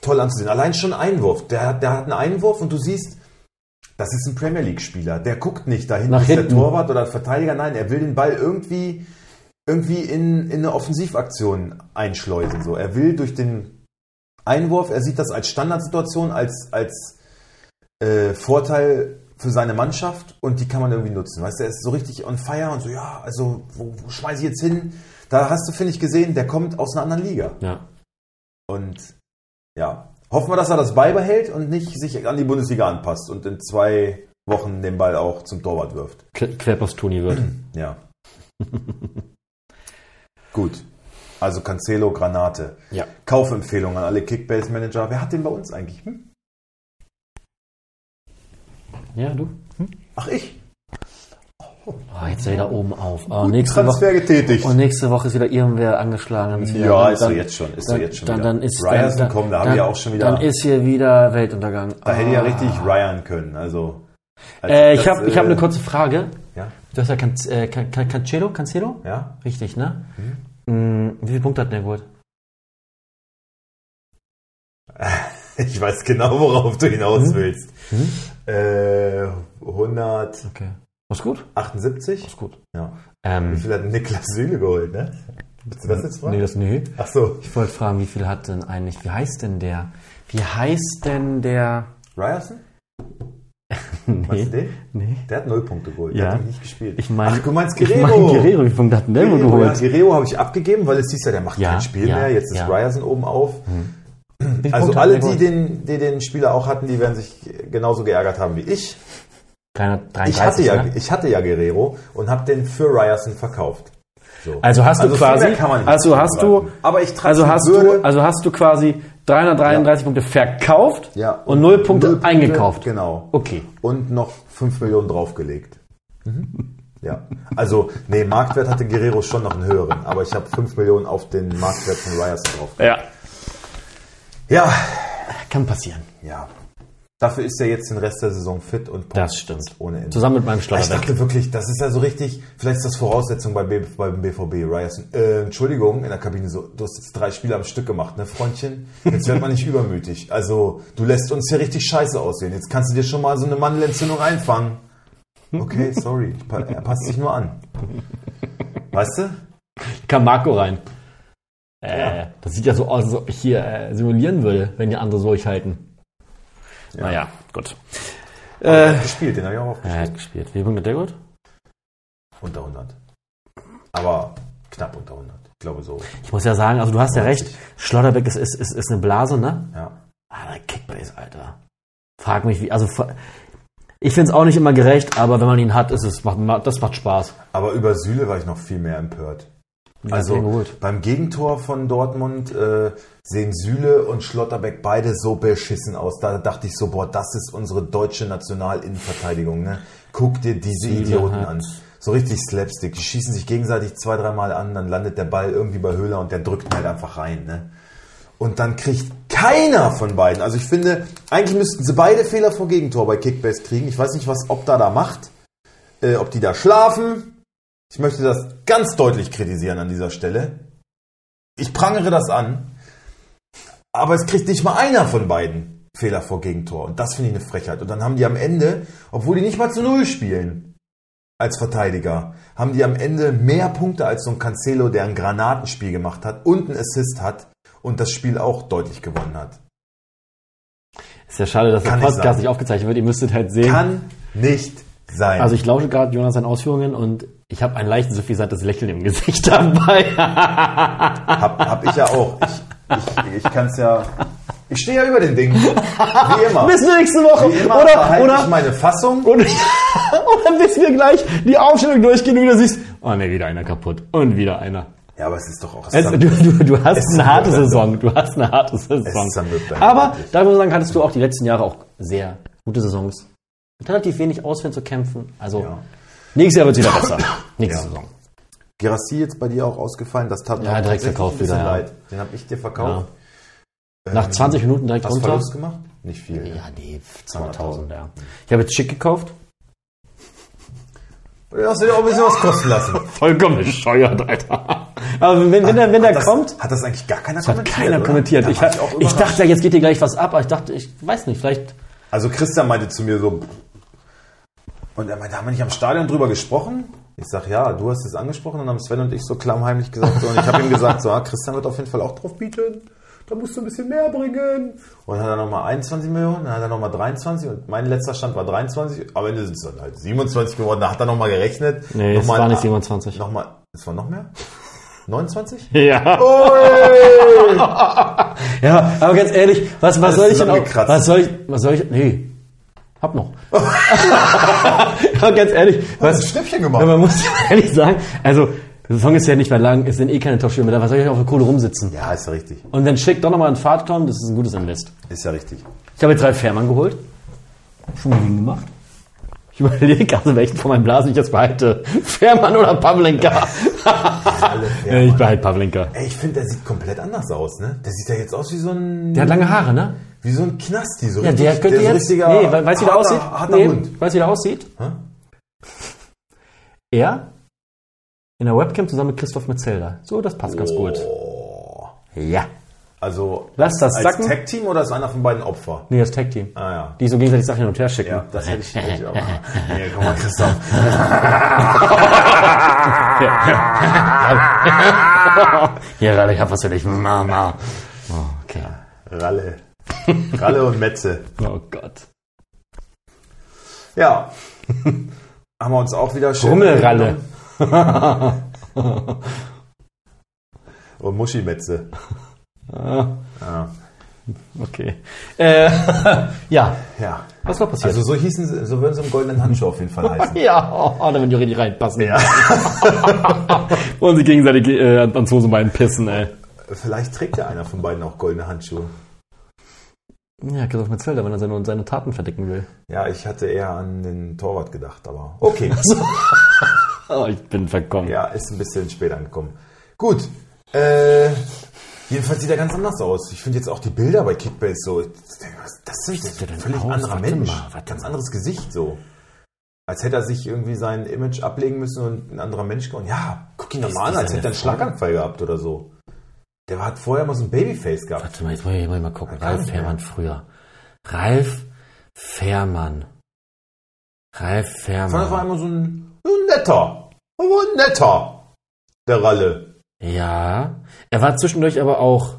Speaker 1: toll anzusehen. Allein schon Einwurf. Der, hat- der hat einen Einwurf und du siehst, das ist ein Premier League-Spieler. Der guckt nicht dahin,
Speaker 2: Nach
Speaker 1: ist der
Speaker 2: hinten.
Speaker 1: Torwart oder Verteidiger. Nein, er will den Ball irgendwie irgendwie in, in eine Offensivaktion einschleusen. So, er will durch den Einwurf, er sieht das als Standardsituation, als als äh, Vorteil für seine Mannschaft und die kann man irgendwie nutzen. Weißt du, er ist so richtig on fire und so, ja, also wo, wo schmeiße ich jetzt hin? Da hast du, finde ich, gesehen, der kommt aus einer anderen Liga.
Speaker 2: Ja.
Speaker 1: Und ja, hoffen wir, dass er das beibehält und nicht sich an die Bundesliga anpasst und in zwei Wochen den Ball auch zum Torwart wirft.
Speaker 2: Kle- Querpass Toni wird.
Speaker 1: Ja. Gut. Also Cancelo, Granate.
Speaker 2: ja.
Speaker 1: Kaufempfehlung an alle Kickbase-Manager. Wer hat den bei uns eigentlich? Hm?
Speaker 2: Ja, du?
Speaker 1: Ach, ich.
Speaker 2: Oh, jetzt wieder oben auf. Ah,
Speaker 1: Guten
Speaker 2: nächste
Speaker 1: Transfer
Speaker 2: Woche,
Speaker 1: getätigt.
Speaker 2: und nächste Woche ist wieder irgendwer angeschlagen. dann ist wieder-
Speaker 1: Ja, ist so jetzt schon, ist so
Speaker 2: dann,
Speaker 1: jetzt schon
Speaker 2: Dann,
Speaker 1: wieder.
Speaker 2: dann ist,
Speaker 1: Ryerson
Speaker 2: dann,
Speaker 1: kommen, da haben
Speaker 2: dann,
Speaker 1: wir ja auch schon wieder-
Speaker 2: Dann ist hier wieder Weltuntergang.
Speaker 1: Da hätte ja
Speaker 2: Ah.
Speaker 1: richtig Ryan können, also. also
Speaker 2: Äh, ich
Speaker 1: das,
Speaker 2: habe ich hab eine kurze Frage.
Speaker 1: Ja,
Speaker 2: Du hast ja Can äh, Can Can Cancelo? Cancelo?
Speaker 1: ja.
Speaker 2: Richtig, ne?
Speaker 1: Hm?
Speaker 2: Mm, wie viele Punkte hat denn der geholt?
Speaker 1: Ich weiß genau, worauf du hinaus
Speaker 2: Hm?
Speaker 1: willst. Äh, 178?
Speaker 2: Okay. Was gut? Was gut.
Speaker 1: Ja. Wie
Speaker 2: Ähm,
Speaker 1: viel hat Niklas Süle geholt, ne? Willst du das jetzt
Speaker 2: nee,
Speaker 1: fragen?
Speaker 2: das nee.
Speaker 1: Ach so.
Speaker 2: Ich wollte fragen, wie viel hat denn eigentlich, wie heißt denn der? Wie heißt denn der?
Speaker 1: Ryerson? Weißt du
Speaker 2: Nee.
Speaker 1: den?
Speaker 2: Nee.
Speaker 1: Der hat null Punkte geholt.
Speaker 2: Ja.
Speaker 1: Der hat nämlich nicht gespielt.
Speaker 2: Ich meine,
Speaker 1: Ach, du meinst
Speaker 2: Ich
Speaker 1: Guerrero.
Speaker 2: mein, Guerrero, wie viel Punkte hat denn der
Speaker 1: Guerrero,
Speaker 2: geholt?
Speaker 1: Ja, Guerrero habe ich abgegeben, weil es hieß ja, der macht
Speaker 2: Ja,
Speaker 1: kein Spiel
Speaker 2: ja,
Speaker 1: mehr. Jetzt ist
Speaker 2: ja. Hm.
Speaker 1: Ryerson oben auf.
Speaker 2: Wie viele
Speaker 1: Also
Speaker 2: Punkte hat
Speaker 1: alle,
Speaker 2: der
Speaker 1: die
Speaker 2: geholt?
Speaker 1: den, die den Spieler auch hatten, die werden sich genauso geärgert haben wie ich.
Speaker 2: Kleiner
Speaker 1: Ich hatte,
Speaker 2: 33,
Speaker 1: ja,
Speaker 2: ne?
Speaker 1: ich hatte ja Guerrero und habe den für Ryerson verkauft. So.
Speaker 2: Also hast du
Speaker 1: viel mehr
Speaker 2: quasi,
Speaker 1: kann man nicht
Speaker 2: also hast du,
Speaker 1: zugreifen. aber ich trage
Speaker 2: also hast
Speaker 1: würde,
Speaker 2: du, also hast du quasi 333 Punkte verkauft
Speaker 1: ja,
Speaker 2: und 0 Punkte
Speaker 1: null
Speaker 2: eingekauft.
Speaker 1: Genau.
Speaker 2: Okay.
Speaker 1: Und noch 5 Millionen draufgelegt.
Speaker 2: Mhm.
Speaker 1: Ja. Also, nee, Marktwert hatte Guerrero schon noch einen höheren, aber ich habe 5 Millionen auf den Marktwert von Ryerson drauf.
Speaker 2: Ja,
Speaker 1: Ja,
Speaker 2: kann passieren.
Speaker 1: ja. Dafür ist er jetzt den Rest der Saison fit und punkt
Speaker 2: Das stimmt.
Speaker 1: ohne Ende.
Speaker 2: Zusammen mit meinem
Speaker 1: Ich
Speaker 2: Schlauderbeck.
Speaker 1: dachte wirklich, das ist ja so richtig, vielleicht ist das Voraussetzung bei B, beim BVB, Ryerson. Äh, Entschuldigung, in der Kabine so, du hast jetzt drei Spiele am Stück gemacht, ne, Freundchen? Jetzt wird man nicht übermütig. Also, du lässt uns hier richtig scheiße aussehen. Jetzt kannst du dir schon mal so eine Mandelentzündung einfangen. Okay, sorry. Pa- Er passt sich nur an. Weißt du?
Speaker 2: Kam Marco rein. Äh, Das sieht ja so aus, als ob ich hier äh, simulieren würde, wenn die andere so euch halten. Naja, gut.
Speaker 1: Er
Speaker 2: Äh,
Speaker 1: hat gespielt, den habe ich auch aufgespielt.
Speaker 2: er hat gespielt. Wie Punkte hat der gut?
Speaker 1: Unter 100. Aber knapp unter 100. Ich glaube so.
Speaker 2: Ich muss ja sagen, also du hast ja
Speaker 1: 90.
Speaker 2: recht, Schlotterbeck ist, ist, ist, ist eine Blase, ne?
Speaker 1: Ja.
Speaker 2: Aber Kickbase, Alter. Frag mich, wie, also fra- ich finde es auch nicht immer gerecht, aber wenn man ihn hat, ist es, macht- macht, das macht Spaß.
Speaker 1: Aber über Süle war ich noch viel mehr empört.
Speaker 2: den
Speaker 1: Also
Speaker 2: geholt?
Speaker 1: beim Gegentor von Dortmund äh, sehen Süle und Schlotterbeck beide so beschissen aus. Da dachte ich so, boah, das ist unsere deutsche Nationalinnenverteidigung. Ne? Guck dir diese Idioten
Speaker 2: hat-
Speaker 1: an. So richtig Slapstick. Die schießen sich gegenseitig zwei, dreimal an, dann landet der Ball irgendwie bei Höhler und der drückt ihn halt einfach rein. Ne? Und dann kriegt keiner von beiden. Also ich finde, eigentlich müssten sie beide Fehler vor Gegentor bei Kickbase kriegen. Ich weiß nicht, was Opta da macht, äh, ob die da schlafen. Ich möchte das ganz deutlich kritisieren an dieser Stelle. Ich prangere das an. Aber es kriegt nicht mal einer von beiden Fehler vor Gegentor. Und das finde ich eine Frechheit. Und dann haben die am Ende, obwohl die nicht mal zu Null spielen, als Verteidiger, haben die am Ende mehr Punkte als so ein Cancelo, der ein Granatenspiel gemacht hat und einen Assist hat und das Spiel auch deutlich gewonnen hat.
Speaker 2: Ist ja schade, dass
Speaker 1: Kann
Speaker 2: der
Speaker 1: nicht
Speaker 2: Podcast
Speaker 1: sein.
Speaker 2: nicht aufgezeichnet wird, ihr müsstet halt sehen.
Speaker 1: Kann nicht sein.
Speaker 2: Also ich lausche gerade Jonas seinen Ausführungen und ich habe ein leicht suffisantes Lächeln im Gesicht dabei.
Speaker 1: hab, hab ich ja auch. Ich, ich, ich kann es ja. Ich stehe ja über den Dingen. Wie immer.
Speaker 2: Bis nächste Woche.
Speaker 1: Wie immer
Speaker 2: Oder,
Speaker 1: verhalte
Speaker 2: oder,
Speaker 1: ich meine Fassung.
Speaker 2: oder, dann wissen wir gleich die Aufstellung durchgehen und wieder siehst, oh ne, wieder einer kaputt und wieder einer.
Speaker 1: Ja, aber es ist doch auch
Speaker 2: Also, du, du, du hast eine harte Saison, du hast eine harte Saison.
Speaker 1: Es wird dann
Speaker 2: Aber
Speaker 1: deutlich.
Speaker 2: da muss man sagen, hattest du auch die letzten Jahre auch sehr gute Saisons. Mit relativ wenig Ausfällen zu kämpfen. Also
Speaker 1: Ja.
Speaker 2: nächstes Jahr wird es wieder besser. Nächste
Speaker 1: Ja.
Speaker 2: Saison.
Speaker 1: Girassi jetzt bei dir auch ausgefallen, das tat mir
Speaker 2: Ja,
Speaker 1: auch
Speaker 2: direkt
Speaker 1: tatsächlich
Speaker 2: verkauft
Speaker 1: ein bisschen
Speaker 2: wieder, ja.
Speaker 1: leid. Den habe ich dir verkauft.
Speaker 2: Nach 20 Minuten direkt
Speaker 1: Ähm, Hast du
Speaker 2: runter.
Speaker 1: Verlust gemacht? Nicht viel.
Speaker 2: Ja, nee,
Speaker 1: 200.000,
Speaker 2: 200.000, ja. Ich habe jetzt schick gekauft.
Speaker 1: Du hast dir auch ein bisschen was kosten lassen.
Speaker 2: Vollkommen bescheuert, Alter. Aber wenn, wenn, der, wenn der
Speaker 1: hat das,
Speaker 2: kommt,
Speaker 1: Hat das eigentlich gar keiner
Speaker 2: hat
Speaker 1: kommentiert?
Speaker 2: keiner
Speaker 1: oder?
Speaker 2: kommentiert.
Speaker 1: Da
Speaker 2: Ich,
Speaker 1: war auch
Speaker 2: ich
Speaker 1: überrascht.
Speaker 2: dachte, jetzt geht dir gleich was ab, aber ich dachte, ich weiß nicht, vielleicht
Speaker 1: Also Christian meinte zu mir so. Und er meinte, haben wir nicht am Stadion drüber gesprochen? Ich sag ja, du hast es angesprochen und dann haben Sven und ich so klammheimlich gesagt. So, und ich habe ihm gesagt, so, ah, Christian wird auf jeden Fall auch drauf bieten. Da musst du ein bisschen mehr bringen. Und dann hat er nochmal 21 Millionen, dann hat er nochmal 23 und mein letzter Stand war 23. Am Ende sind es dann halt 27 geworden. Da hat er nochmal gerechnet.
Speaker 2: Nee, es
Speaker 1: Nochmal
Speaker 2: war
Speaker 1: ein-
Speaker 2: nicht 27.
Speaker 1: Nochmal, es war noch mehr? 29?
Speaker 2: Ja. ja, aber ganz ehrlich, was,
Speaker 1: Alles
Speaker 2: was soll ich denn auch,
Speaker 1: zusammengekratzt.
Speaker 2: was soll ich, was soll ich, nee, hab noch. aber ganz ehrlich,
Speaker 1: Hast
Speaker 2: was,
Speaker 1: ein Schnippchen gemacht.
Speaker 2: Ja, Man muss ehrlich sagen, also, der Song ist ja nicht mehr lang, es sind eh keine Top-Spiele mehr da, was soll ich auf der Kohle rumsitzen?
Speaker 1: Ja, ist ja richtig.
Speaker 2: Und wenn Schick doch nochmal in Fahrt kommt, das ist ein gutes Invest.
Speaker 1: Ist ja richtig.
Speaker 2: Ich habe jetzt drei Fährmann geholt. Schon mal liegen gemacht. Ich überlege gerade, welchen von meinen Blasen ich jetzt behalte. Fährmann oder Pavlenka?
Speaker 1: Fährmann.
Speaker 2: ich behalte Pavlenka.
Speaker 1: Ey, ich finde, der sieht komplett anders aus, ne? Der sieht ja jetzt aus wie so ein
Speaker 2: Der hat lange Haare, ne?
Speaker 1: Wie so ein Knasti, so
Speaker 2: Ja,
Speaker 1: richtig,
Speaker 2: der könnte
Speaker 1: der
Speaker 2: jetzt.
Speaker 1: So
Speaker 2: Nee,
Speaker 1: richtiger,
Speaker 2: we- weißt du, wie der
Speaker 1: harter-
Speaker 2: aussieht?
Speaker 1: Harter
Speaker 2: nee,
Speaker 1: Hund.
Speaker 2: Weißt du, wie der aussieht?
Speaker 1: Hä?
Speaker 2: Er in der Webcam zusammen mit Christoph Metzelder. So, das passt ganz gut.
Speaker 1: Oh.
Speaker 2: Ja.
Speaker 1: Also
Speaker 2: Lass das
Speaker 1: als
Speaker 2: sacken.
Speaker 1: Tag Team oder ist einer von beiden Opfer?
Speaker 2: Nee, das Tag Team.
Speaker 1: Ah ja.
Speaker 2: Die so gegenseitig Sachen hin und her schicken.
Speaker 1: Ja, das hätte ich natürlich auch. Nee, guck mal, Christoph.
Speaker 2: Ja, gerade, ich hab was für dich. Mama. Oh, okay.
Speaker 1: Ralle. Ralle und Metze.
Speaker 2: Oh Gott.
Speaker 1: Ja. Haben wir uns auch wieder schön.
Speaker 2: Rummelralle.
Speaker 1: Und Muschi-Metze.
Speaker 2: Ah. Okay. Äh, ja.
Speaker 1: Ja.
Speaker 2: Was war passiert?
Speaker 1: Also so hießen sie, so würden sie im goldenen Handschuh auf jeden Fall heißen.
Speaker 2: ja, oh, da würden die richtig reinpassen. Ja. und sie gegenseitig äh, ans Hosenbein pissen, ey.
Speaker 1: Vielleicht trägt ja einer von beiden auch goldene Handschuhe.
Speaker 2: Ja, Christoph Metzelder, wenn er seine, seine Taten verdecken will.
Speaker 1: Ja, ich hatte eher an den Torwart gedacht, aber okay.
Speaker 2: Oh, ich bin verkommen.
Speaker 1: Ja, ist ein bisschen spät angekommen. Gut. Äh, jedenfalls sieht er ganz anders aus. Ich finde jetzt auch die Bilder bei Kickbase so. ich denk, was- Das ist
Speaker 2: sieht der
Speaker 1: ein
Speaker 2: denn
Speaker 1: völlig
Speaker 2: aus?
Speaker 1: anderer
Speaker 2: Warte
Speaker 1: Mensch.
Speaker 2: mal, warte
Speaker 1: ganz
Speaker 2: mal.
Speaker 1: anderes Gesicht so. Als hätte er sich irgendwie sein Image ablegen müssen und ein anderer Mensch geworden. Ja, guck ihn doch mal an,
Speaker 2: das
Speaker 1: als
Speaker 2: eine
Speaker 1: hätte er einen
Speaker 2: Frau?
Speaker 1: Schlaganfall gehabt oder so. Der hat vorher mal so ein Babyface gehabt.
Speaker 2: Warte mal, jetzt muss ich, muss ich mal gucken.
Speaker 1: Ja,
Speaker 2: Ralf
Speaker 1: ja.
Speaker 2: Fährmann früher. Ralf Fährmann. Ralf
Speaker 1: Ich fand, das war
Speaker 2: Fährmann.
Speaker 1: einmal so ein, so ein netter. Aber ein netter. Der Ralle.
Speaker 2: Ja. Er war zwischendurch aber auch,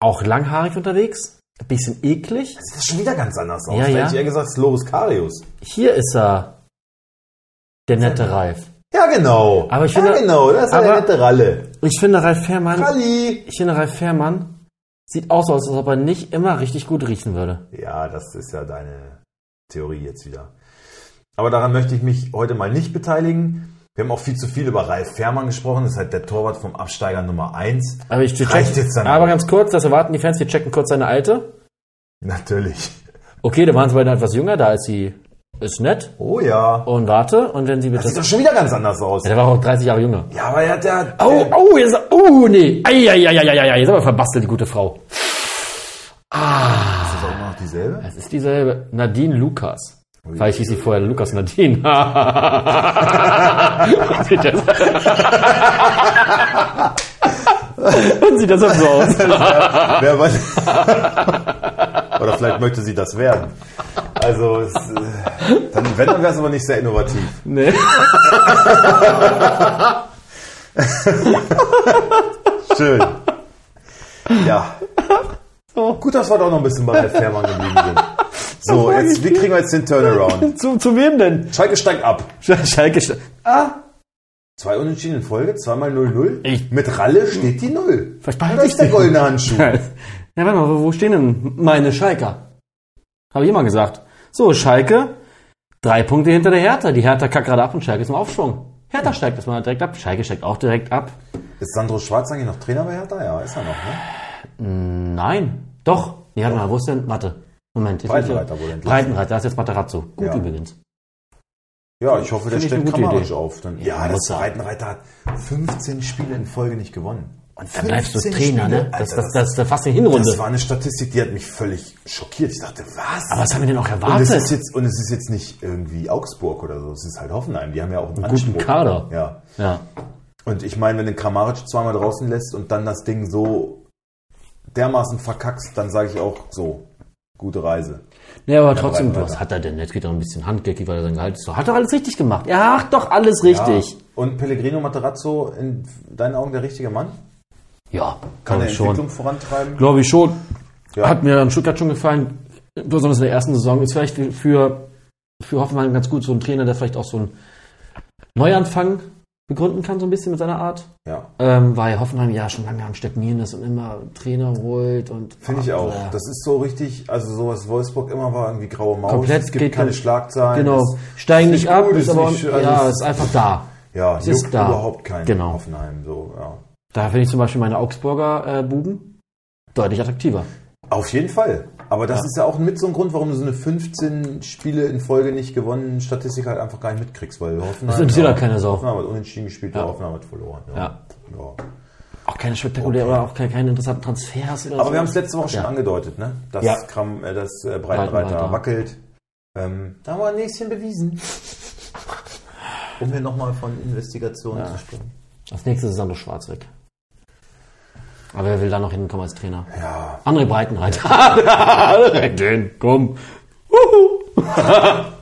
Speaker 2: auch langhaarig unterwegs. Ein bisschen eklig.
Speaker 1: Das sieht schon wieder ganz anders aus.
Speaker 2: Ja,
Speaker 1: da
Speaker 2: ja.
Speaker 1: hätte ich eher gesagt, es ist Loris Karius.
Speaker 2: Hier ist er. Der nette Ralf.
Speaker 1: Ja, genau.
Speaker 2: Aber ich finde-
Speaker 1: ja, genau, das ist
Speaker 2: aber-
Speaker 1: eine nette Ralle.
Speaker 2: Ich finde Ralf Fährmann,
Speaker 1: Ralli.
Speaker 2: ich finde Ralf Fährmann sieht aus, als ob er nicht immer richtig gut riechen würde.
Speaker 1: Ja, das ist ja deine Theorie jetzt wieder. Aber daran möchte ich mich heute mal nicht beteiligen. Wir haben auch viel zu viel über Ralf Fährmann gesprochen. Das ist halt der Torwart vom Absteiger Nummer 1.
Speaker 2: Aber ich wir
Speaker 1: Reicht
Speaker 2: checken-
Speaker 1: jetzt dann
Speaker 2: Aber
Speaker 1: auch.
Speaker 2: ganz kurz, das erwarten die Fans, wir checken kurz seine alte.
Speaker 1: Natürlich.
Speaker 2: Okay, da waren sie beide etwas jünger, da ist sie, ist nett.
Speaker 1: Oh ja.
Speaker 2: Und warte, und wenn sie bitte.
Speaker 1: Das sieht doch schon wieder ganz anders aus.
Speaker 2: Ja, der war auch 30 Jahre jünger.
Speaker 1: Ja, aber er hat ja...
Speaker 2: Oh,
Speaker 1: der-
Speaker 2: oh, jetzt, oh, nee. Eieieiei, jetzt haben wir verbastelt, die gute Frau.
Speaker 1: Ist das auch immer noch dieselbe?
Speaker 2: Das ist dieselbe Nadine Lukas. Vielleicht hieß sie vorher Lukas Nadine. und sieht deshalb und sieht deshalb so aus.
Speaker 1: Wer weiß. Oder vielleicht möchte sie das werden. Also, es, äh, dann, wenn, dann wäre es aber nicht sehr innovativ.
Speaker 2: Nee.
Speaker 1: Schön. Ja. Gut, dass wir doch noch ein bisschen bei Ralf Fährmann geblieben sind.
Speaker 2: Oh
Speaker 1: So, jetzt, wie kriegen wir jetzt den Turnaround?
Speaker 2: Zu, zu wem denn?
Speaker 1: Schalke steigt ab.
Speaker 2: Schalke. Ah!
Speaker 1: Zwei Unentschieden in Folge, zweimal 0-0.
Speaker 2: Ich-
Speaker 1: Mit Ralle steht die Null.
Speaker 2: Was behalte
Speaker 1: Da
Speaker 2: ich
Speaker 1: ist der
Speaker 2: denn?
Speaker 1: goldene Handschuh.
Speaker 2: Ja, warte mal, wo- wo stehen denn meine Schalker? Habe ich immer gesagt. So, Schalke Drei Punkte hinter der Hertha. Die Hertha kackt gerade ab und Schalke ist im Aufschwung. Hertha steigt erstmal direkt ab, Schalke steigt auch direkt ab.
Speaker 1: Ist Sandro Schwarz eigentlich noch Trainer bei Hertha? Ja, ist er noch, ne?
Speaker 2: Nein, doch. Nee, warte mal, wo ist denn? Warte. Moment. jetzt muss ich-
Speaker 1: Breitenreiter wurde entlassen.
Speaker 2: Breitenreiter, da ist jetzt Matarazzo. Gut
Speaker 1: Ja.
Speaker 2: übrigens.
Speaker 1: Ja, ich hoffe, der
Speaker 2: Finde ich
Speaker 1: stellt
Speaker 2: eine gute
Speaker 1: Kramaric
Speaker 2: Idee.
Speaker 1: auf. Dann, ja,
Speaker 2: muss
Speaker 1: das
Speaker 2: er.
Speaker 1: Breitenreiter hat 15 Spiele in Folge nicht gewonnen. Und
Speaker 2: Da bleibst du
Speaker 1: 15
Speaker 2: Trainer,
Speaker 1: Spiele,
Speaker 2: ne? Das,
Speaker 1: Alter,
Speaker 2: das, das ist fast eine Hinrunde.
Speaker 1: Das war eine Statistik, die hat mich völlig schockiert. Ich dachte, was?
Speaker 2: Aber was haben wir denn auch
Speaker 1: und es, ist
Speaker 2: erwartet?
Speaker 1: jetzt, und es ist jetzt nicht irgendwie Augsburg oder so, es ist halt Hoffenheim. Die haben ja auch einen,
Speaker 2: guten
Speaker 1: Anspruch.
Speaker 2: Kader.
Speaker 1: Ja.
Speaker 2: Ja.
Speaker 1: Und ich meine, wenn du Kramaric zweimal draußen lässt und dann das Ding so dermaßen verkackst, dann sage ich auch so, gute Reise.
Speaker 2: Nee, aber trotzdem,
Speaker 1: weiter,
Speaker 2: was
Speaker 1: weiter.
Speaker 2: hat er denn? Jetzt geht er ein bisschen handgeckig, weil er sein Gehalt ist. Hat er alles richtig gemacht? Er hat doch alles richtig.
Speaker 1: Ja. Und Pellegrino Materazzo, in deinen Augen der richtige Mann?
Speaker 2: Ja,
Speaker 1: Kann
Speaker 2: glaube
Speaker 1: er
Speaker 2: ich
Speaker 1: Entwicklung
Speaker 2: schon.
Speaker 1: vorantreiben?
Speaker 2: Glaube ich schon.
Speaker 1: Ja.
Speaker 2: Hat mir an Stuttgart schon gefallen. Besonders in der ersten Saison ist vielleicht für, für Hoffenheim ganz gut so ein Trainer, der vielleicht auch so einen Neuanfang begründen kann, so ein bisschen mit seiner Art.
Speaker 1: Ja,
Speaker 2: Ähm, weil Hoffenheim ja schon lange am Stagnieren ist und immer Trainer holt und. ah,
Speaker 1: finde ich auch.
Speaker 2: Ja.
Speaker 1: Das ist so richtig, also sowas Wolfsburg immer war irgendwie graue Maus.
Speaker 2: Komplett
Speaker 1: es gibt
Speaker 2: geht
Speaker 1: keine
Speaker 2: kom-
Speaker 1: Schlagzeilen.
Speaker 2: Genau.
Speaker 1: Es
Speaker 2: Steigen
Speaker 1: ist
Speaker 2: nicht ab,
Speaker 1: gut,
Speaker 2: ist aber.
Speaker 1: nicht schön, also
Speaker 2: ja,
Speaker 1: es-
Speaker 2: ist einfach da.
Speaker 1: Ja,
Speaker 2: Es
Speaker 1: juckt
Speaker 2: ist da.
Speaker 1: überhaupt kein
Speaker 2: Genau.
Speaker 1: Hoffenheim. So, ja.
Speaker 2: Da finde ich zum Beispiel meine Augsburger äh, Buben deutlich attraktiver.
Speaker 1: Auf jeden Fall. Aber das ist ja auch mit so ein Grund, warum du so eine 15 Spiele in Folge nicht gewonnen Statistik halt einfach gar nicht mitkriegst, weil Hoffenheim.
Speaker 2: Das interessiert halt
Speaker 1: ja,
Speaker 2: keine Sau.
Speaker 1: Hoffenheim hat unentschieden gespielt,
Speaker 2: Ja.
Speaker 1: Hoffenheim hat verloren.
Speaker 2: Ja.
Speaker 1: ja.
Speaker 2: Auch keine spektakulären oder auch keine, keine interessanten Transfers oder so.
Speaker 1: Aber wir haben es letzte Woche schon
Speaker 2: Ja.
Speaker 1: angedeutet, ne? Dass
Speaker 2: Ja.
Speaker 1: Kram, äh, das äh, Breitenreiter
Speaker 2: Breitenreiter.
Speaker 1: wackelt. Ähm, da haben wir ein Näschen bewiesen. Um hier nochmal von Investigationen zu sprechen.
Speaker 2: Als nächstes ist Sandro Schwarz weg. Aber wer will da noch hinkommen als Trainer?
Speaker 1: Ja,
Speaker 2: André Breitenreiter. Rennt hin, komm. Huhu.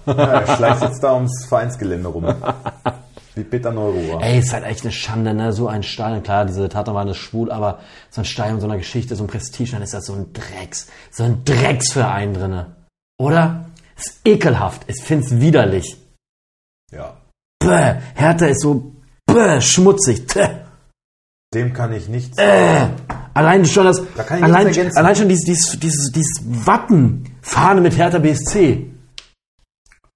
Speaker 1: er schleicht jetzt da ums Vereinsgelände rum. Wie Peter Neururer.
Speaker 2: Ey, ist halt echt eine Schande, ne? So ein Stadion. Klar, diese Tater waren das schwul, aber so ein Stadion, so einer Geschichte, so ein Prestige, dann ist das so ein Drecks, so ein Drecksverein drinne. Oder? Ist ekelhaft. Ich find's widerlich.
Speaker 1: Ja.
Speaker 2: Bäh, Hertha ist so bäh, schmutzig. Täh.
Speaker 1: Dem kann ich nichts.
Speaker 2: Äh, Allein schon das,
Speaker 1: Da kann ich
Speaker 2: allein,
Speaker 1: nichts ergänzen.
Speaker 2: allein schon dieses, dieses, dieses, dieses Wappen, Fahne mit Hertha BSC.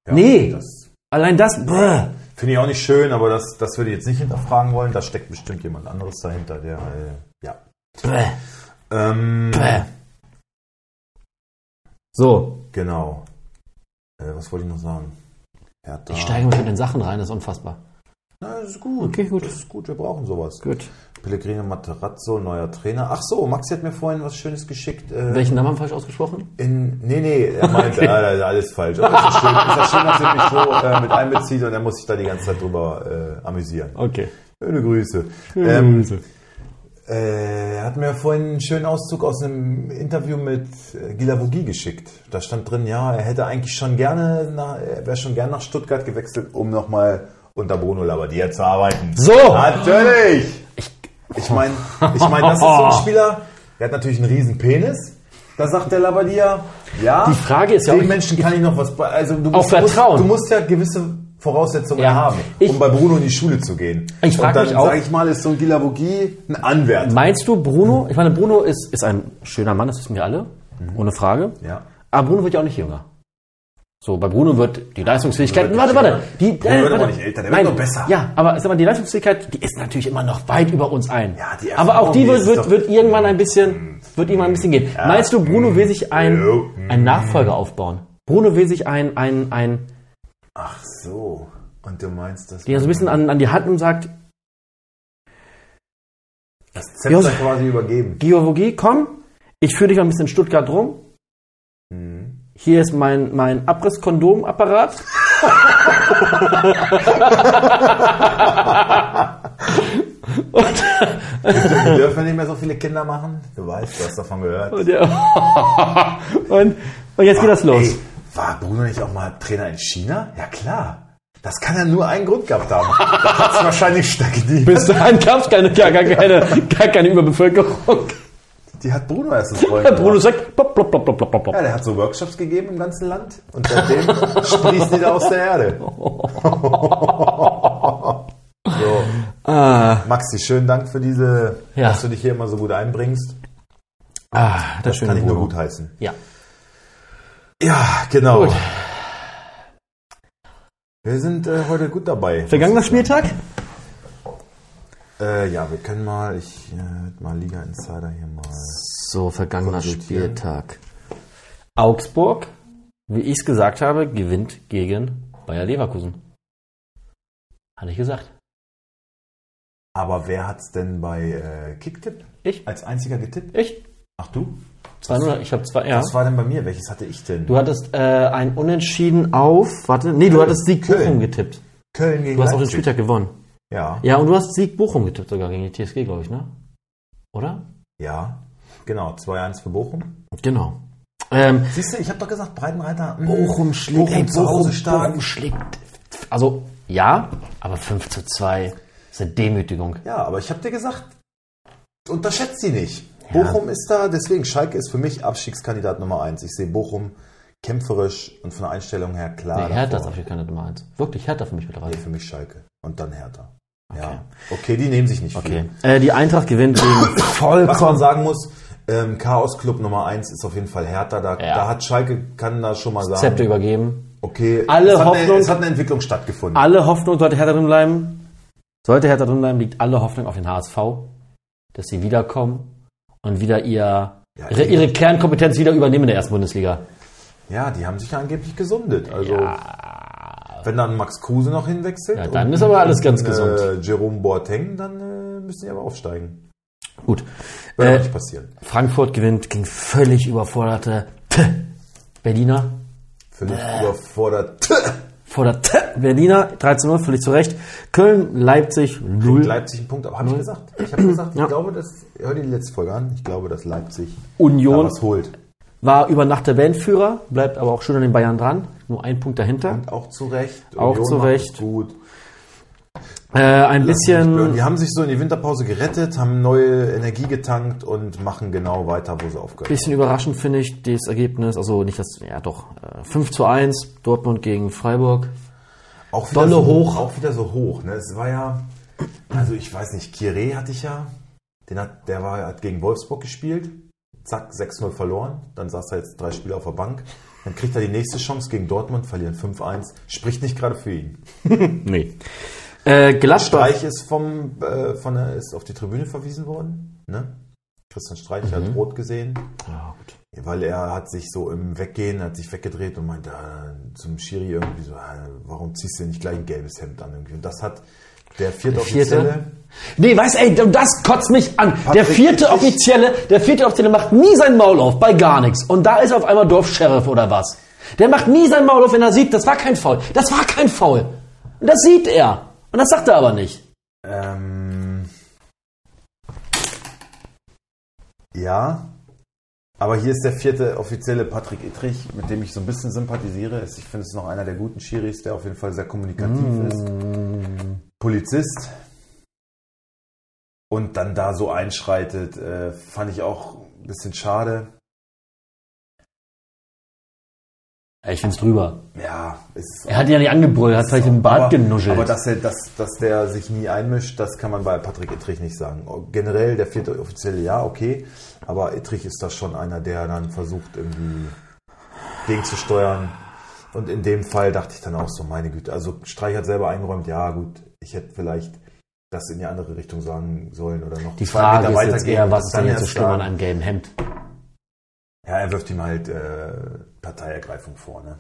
Speaker 1: Ja,
Speaker 2: nee.
Speaker 1: Das
Speaker 2: Allein das, bäh.
Speaker 1: Finde ich auch nicht schön, aber das, das würde ich jetzt nicht hinterfragen wollen. Da steckt bestimmt jemand anderes dahinter, der. Äh, ja.
Speaker 2: bäh,
Speaker 1: Ähm,
Speaker 2: bäh. So,
Speaker 1: genau. Äh, was wollte ich noch sagen? Ja, da.
Speaker 2: ich steige mal mit den Sachen rein, das ist unfassbar.
Speaker 1: Na, das ist gut.
Speaker 2: Okay, gut.
Speaker 1: Das ist gut, wir brauchen sowas.
Speaker 2: Gut.
Speaker 1: Pellegrino Materazzo, neuer Trainer. Ach so, Maxi hat mir vorhin was Schönes geschickt. Äh,
Speaker 2: Welchen Namen haben wir falsch ausgesprochen?
Speaker 1: In, nee, nee, er meint, äh, alles falsch. Aber ist ja schön, ist ja schön dass er mich so äh, mit einbezieht und er muss sich da die ganze Zeit drüber äh, amüsieren.
Speaker 2: Okay.
Speaker 1: Schöne Grüße. Ähm, Äh, er hat mir vorhin einen schönen Auszug aus einem Interview mit äh, Gilavogi geschickt. Da stand drin, ja, er hätte eigentlich schon gerne, nach, er wäre schon gerne nach Stuttgart gewechselt, um nochmal unter Bruno Labbadia zu arbeiten.
Speaker 2: So.
Speaker 1: Natürlich! Ich meine, ich mein, das ist so ein Spieler, der hat natürlich einen riesen Penis. Da sagt der Labbadia, ja.
Speaker 2: Die Frage ist ja
Speaker 1: Dem
Speaker 2: auch-
Speaker 1: Menschen kann ich noch was bei, also du
Speaker 2: Auch
Speaker 1: musst, du musst,
Speaker 2: vertrauen.
Speaker 1: du musst ja gewisse Voraussetzungen
Speaker 2: Ja.
Speaker 1: haben,
Speaker 2: Ich-
Speaker 1: um bei Bruno in die Schule zu gehen.
Speaker 2: Ich frag
Speaker 1: Und dann
Speaker 2: mich auch-
Speaker 1: sag ich mal, ist so ein Gilavogi ein Anwärter.
Speaker 2: Meinst du, Bruno, ich meine, Bruno ist, ist ein schöner Mann, das wissen wir alle, ohne Frage.
Speaker 1: Mhm. Ja.
Speaker 2: Aber Bruno wird ja auch nicht jünger. So, bei Bruno wird die Leistungsfähigkeit.
Speaker 1: Bruno wird
Speaker 2: Warte,
Speaker 1: nicht
Speaker 2: warte. Die,
Speaker 1: jünger. Bruno wird aber nicht älter, der wird nur besser.
Speaker 2: Ja, aber, sag mal, die Leistungsfähigkeit, die ist natürlich immer noch weit über uns allen.
Speaker 1: Ja, die
Speaker 2: aber auch die
Speaker 1: Erfahrung, die
Speaker 2: wird,
Speaker 1: ist
Speaker 2: wird,
Speaker 1: doch- Mhm.
Speaker 2: wird irgendwann ein bisschen, wird irgendwann ein bisschen gehen. Meinst du, Bruno will sich
Speaker 1: Jo.
Speaker 2: ein, ein Nachfolger aufbauen? Bruno will sich ein, ein, ein,
Speaker 1: Ach so. Und du meinst das?
Speaker 2: den er so ein bisschen an, an die Hand nimmt und sagt,
Speaker 1: das Zepter
Speaker 2: Josef-
Speaker 1: quasi übergeben.
Speaker 2: Georgie, komm, ich führe dich noch ein bisschen in Stuttgart rum. Hier ist mein, mein Abrisskondomapparat.
Speaker 1: Wir dürfen nicht mehr so viele Kinder machen. Du weißt, du hast davon gehört.
Speaker 2: Und, ja, und, und jetzt geht das los.
Speaker 1: Ey, war Bruno nicht auch mal Trainer in China? Ja klar. Das kann ja nur einen Grund gehabt haben. Da hat es wahrscheinlich stagniert.
Speaker 2: Bis dahin gab es keine, gar, gar, keine, gar keine Überbevölkerung.
Speaker 1: Die hat Bruno erst ins Rollen
Speaker 2: Bruno
Speaker 1: gebracht.
Speaker 2: sagt, plopp, plopp, plopp, plopp, plopp, plopp.
Speaker 1: Ja, der hat so Workshops gegeben im ganzen Land und seitdem sprießt die da aus der Erde. so. Maxi, schönen Dank für diese,
Speaker 2: Ah. Ja.
Speaker 1: dass du dich hier immer so gut einbringst.
Speaker 2: Ah, das, schöne
Speaker 1: Kann ich nur
Speaker 2: Bruno.
Speaker 1: gut heißen.
Speaker 2: Ja.
Speaker 1: Ja, genau. Wir sind äh, heute gut dabei.
Speaker 2: Vergangener Spieltag?
Speaker 1: Äh, ja, wir können mal, ich, äh, mal Liga Insider hier mal.
Speaker 2: So, vergangener
Speaker 1: Sonst spielen.
Speaker 2: Spieltag. Augsburg, wie ich es gesagt habe, gewinnt gegen Bayer Leverkusen. Hatte ich gesagt.
Speaker 1: Aber wer hat's denn bei äh, Kicktipp
Speaker 2: Ich?
Speaker 1: als einziger getippt?
Speaker 2: Ich?
Speaker 1: Ach du?
Speaker 2: 2-0. Ich habe zwei, ja.
Speaker 1: Was war denn bei mir? Welches hatte ich denn?
Speaker 2: Du hattest äh, ein Unentschieden auf, warte, nee, du hattest Sieg
Speaker 1: Köln.
Speaker 2: Bochum getippt.
Speaker 1: Köln gegen
Speaker 2: Du hast auch den
Speaker 1: Leipzig.
Speaker 2: Spieltag gewonnen.
Speaker 1: Ja,
Speaker 2: Ja, und du hast Sieg Bochum getippt sogar gegen die TSG, glaube ich, ne? Oder?
Speaker 1: ja. Genau, 2-1 für Bochum.
Speaker 2: Genau. Ähm,
Speaker 1: Siehst du, ich habe doch gesagt, Breitenreiter. mh,
Speaker 2: Mhm. Bochum schlägt,
Speaker 1: Bochum
Speaker 2: ey,
Speaker 1: zu Hause stark.
Speaker 2: Bochum schlägt. Also, ja, aber 5 zu 2 ist eine Demütigung.
Speaker 1: Ja, aber ich habe dir gesagt, unterschätzt sie nicht.
Speaker 2: Ja.
Speaker 1: Bochum ist da, deswegen Schalke ist für mich Abstiegskandidat Nummer eins. Ich sehe Bochum kämpferisch und von der Einstellung her klar.
Speaker 2: Nee, Hertha ist
Speaker 1: davor.
Speaker 2: Abschiedskandidat Nummer 1. Wirklich, Hertha für mich mittlerweile.
Speaker 1: Nee, für mich Schalke und dann Hertha. Ja. Okay, die nehmen sich nicht viel.
Speaker 2: Äh, die Eintracht gewinnt gegen
Speaker 1: Was man sagen muss, ähm, Chaos Club Nummer eins ist auf jeden Fall Hertha. Da,
Speaker 2: Ja.
Speaker 1: da hat Schalke, kann da schon mal sagen,
Speaker 2: Zepter übergeben.
Speaker 1: okay,
Speaker 2: Alle
Speaker 1: es, hat eine,
Speaker 2: Hoffnung-
Speaker 1: es hat eine Entwicklung stattgefunden.
Speaker 2: Alle Hoffnung sollte Hertha drin bleiben. Sollte Hertha drin bleiben, liegt alle Hoffnung auf den HSV, dass sie wiederkommen und wieder ihr,
Speaker 1: Ja,
Speaker 2: ihre,
Speaker 1: eben.
Speaker 2: ihre Kernkompetenz wieder übernehmen in der ersten Bundesliga.
Speaker 1: Ja, die haben sich ja angeblich gesundet. Also, wenn dann Max Kruse noch hinwechselt,
Speaker 2: Ja, dann ist aber alles ganz gesund.
Speaker 1: Äh, Jerome Boateng, dann äh, müssen die aber aufsteigen.
Speaker 2: Gut.
Speaker 1: Wird aber
Speaker 2: Äh,
Speaker 1: nicht passieren.
Speaker 2: Frankfurt gewinnt gegen völlig überforderte Berliner.
Speaker 1: Völlig
Speaker 2: Äh.
Speaker 1: überfordert.
Speaker 2: Fordert Berliner 13-0, völlig zu Recht. Köln, Leipzig, 0.
Speaker 1: Leipzig einen Punkt, aber habe ich gesagt. Ich habe gesagt, ich
Speaker 2: Ja.
Speaker 1: glaube, dass, hör dir die letzte Folge an, ich glaube, dass Leipzig da
Speaker 2: Union
Speaker 1: was holt.
Speaker 2: war über Nacht der Bandführer, bleibt aber auch schön an den Bayern dran. Nur ein Punkt dahinter.
Speaker 1: Und auch zu Recht.
Speaker 2: Auch
Speaker 1: Union
Speaker 2: zu
Speaker 1: macht es
Speaker 2: Recht.
Speaker 1: Gut.
Speaker 2: Äh, ein bisschen
Speaker 1: Die haben sich so in die Winterpause gerettet, haben neue Energie getankt und machen genau weiter, wo sie aufgehört haben.
Speaker 2: Bisschen überraschend finde ich das Ergebnis, also nicht das, ja doch, äh, 5 zu 1, Dortmund gegen Freiburg.
Speaker 1: Auch wieder
Speaker 2: Dolle
Speaker 1: so,
Speaker 2: hoch.
Speaker 1: Auch wieder so hoch. Ne? Es war ja, also ich weiß nicht, Kiré hatte ich ja. Den hat, der war, hat gegen Wolfsburg gespielt. Zack, 6-0 verloren. Dann saß er jetzt drei Spiele auf der Bank. Dann kriegt er die nächste Chance gegen Dortmund, verlieren 5-1. Spricht nicht gerade für ihn.
Speaker 2: Nee. Äh, Gladbach,
Speaker 1: Streich ist, vom, äh, von der, ist auf die Tribüne verwiesen worden. Ne? Christian Streich hat rot gesehen.
Speaker 2: ja, gut.
Speaker 1: Weil er hat sich so im Weggehen, hat sich weggedreht und meinte äh, zum Schiri irgendwie so, äh, warum ziehst du denn nicht gleich ein gelbes Hemd an? Irgendwie. Und das hat der vierte Offizielle,
Speaker 2: Nee, weißt ey, das kotzt mich an. der
Speaker 1: Patrick,
Speaker 2: vierte
Speaker 1: ich-
Speaker 2: Offizielle, der vierte Offizielle macht nie sein Maul auf, bei gar nichts. Und da ist auf einmal Dorfscheriff oder was. Der macht nie sein Maul auf, wenn er sieht, das war kein Foul. Das war kein Foul. Und das sieht er. Und das sagt er aber nicht.
Speaker 1: ähm, ja, aber hier ist der vierte Offizielle Patrick Ittrich, mit dem ich so ein bisschen sympathisiere. Ich finde es ist noch einer der guten Schiris, der auf jeden Fall sehr kommunikativ ist. Polizist und dann da so einschreitet, äh, fand ich auch ein bisschen schade.
Speaker 2: Ja, ich find's drüber.
Speaker 1: Ja, es ist
Speaker 2: Er hat ihn ja nicht angebrüllt, hat vielleicht im Bart
Speaker 1: aber,
Speaker 2: genuschelt.
Speaker 1: Aber dass, er, dass, dass der sich nie einmischt, das kann man bei Patrick Ittrich nicht sagen. Oh, Generell der vierte offizielle, ja, okay. Aber Ittrich ist da schon einer, der dann versucht, irgendwie Ding zu steuern. Und in dem Fall dachte ich dann auch so, meine Güte. Also Streich hat selber eingeräumt, ja gut, ich hätte vielleicht das in die andere Richtung sagen sollen oder noch
Speaker 2: Die
Speaker 1: zwei
Speaker 2: Frage
Speaker 1: Meter
Speaker 2: ist jetzt
Speaker 1: weitergehen
Speaker 2: eher,
Speaker 1: und
Speaker 2: was ist denn jetzt so
Speaker 1: erst
Speaker 2: schlimm an
Speaker 1: sagen.
Speaker 2: einem gelben Hemd?
Speaker 1: Ja, er wirft ihm halt äh, Parteiergreifung vor, ne?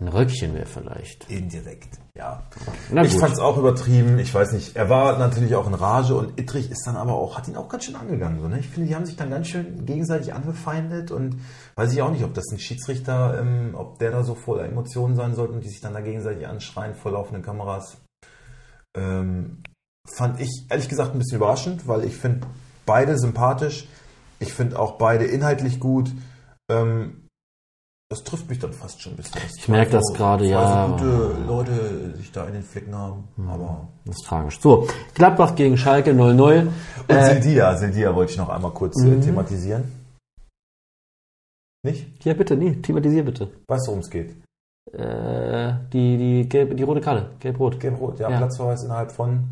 Speaker 2: Ein Röckchen wäre vielleicht.
Speaker 1: Indirekt, ja.
Speaker 2: Na
Speaker 1: ich
Speaker 2: gut.
Speaker 1: fand es auch übertrieben, ich weiß nicht. Er war natürlich auch in Rage und Ittrich ist dann aber auch, hat ihn auch ganz schön angegangen. So, ne? Ich finde, die haben sich dann ganz schön gegenseitig angefeindet und weiß ich auch nicht, ob das ein Schiedsrichter, ähm, ob der da so voller Emotionen sein sollte und die sich dann da gegenseitig anschreien vor laufenden Kameras. Ähm, fand ich ehrlich gesagt ein bisschen überraschend, weil ich finde beide sympathisch. Ich finde auch beide inhaltlich gut. Ähm, das trifft mich dann fast schon ein bisschen. Also, Ich
Speaker 2: merk das gerade, ja. Hm.
Speaker 1: gute Leute sich da in den Flecken haben. Aber
Speaker 2: Das ist tragisch. So, Gladbach gegen Schalke 0-0.
Speaker 1: Und
Speaker 2: Äh, mhm.
Speaker 1: Sildia, Sildia wollte ich noch einmal kurz äh, thematisieren. Nicht?
Speaker 2: ja, bitte, nee, thematisier bitte.
Speaker 1: Weißt du, worum es geht?
Speaker 2: Äh, die, die, gelbe, die rote Karte, gelb-rot.
Speaker 1: Gelb-Rot, ja,
Speaker 2: Ja.
Speaker 1: Platzverweis innerhalb von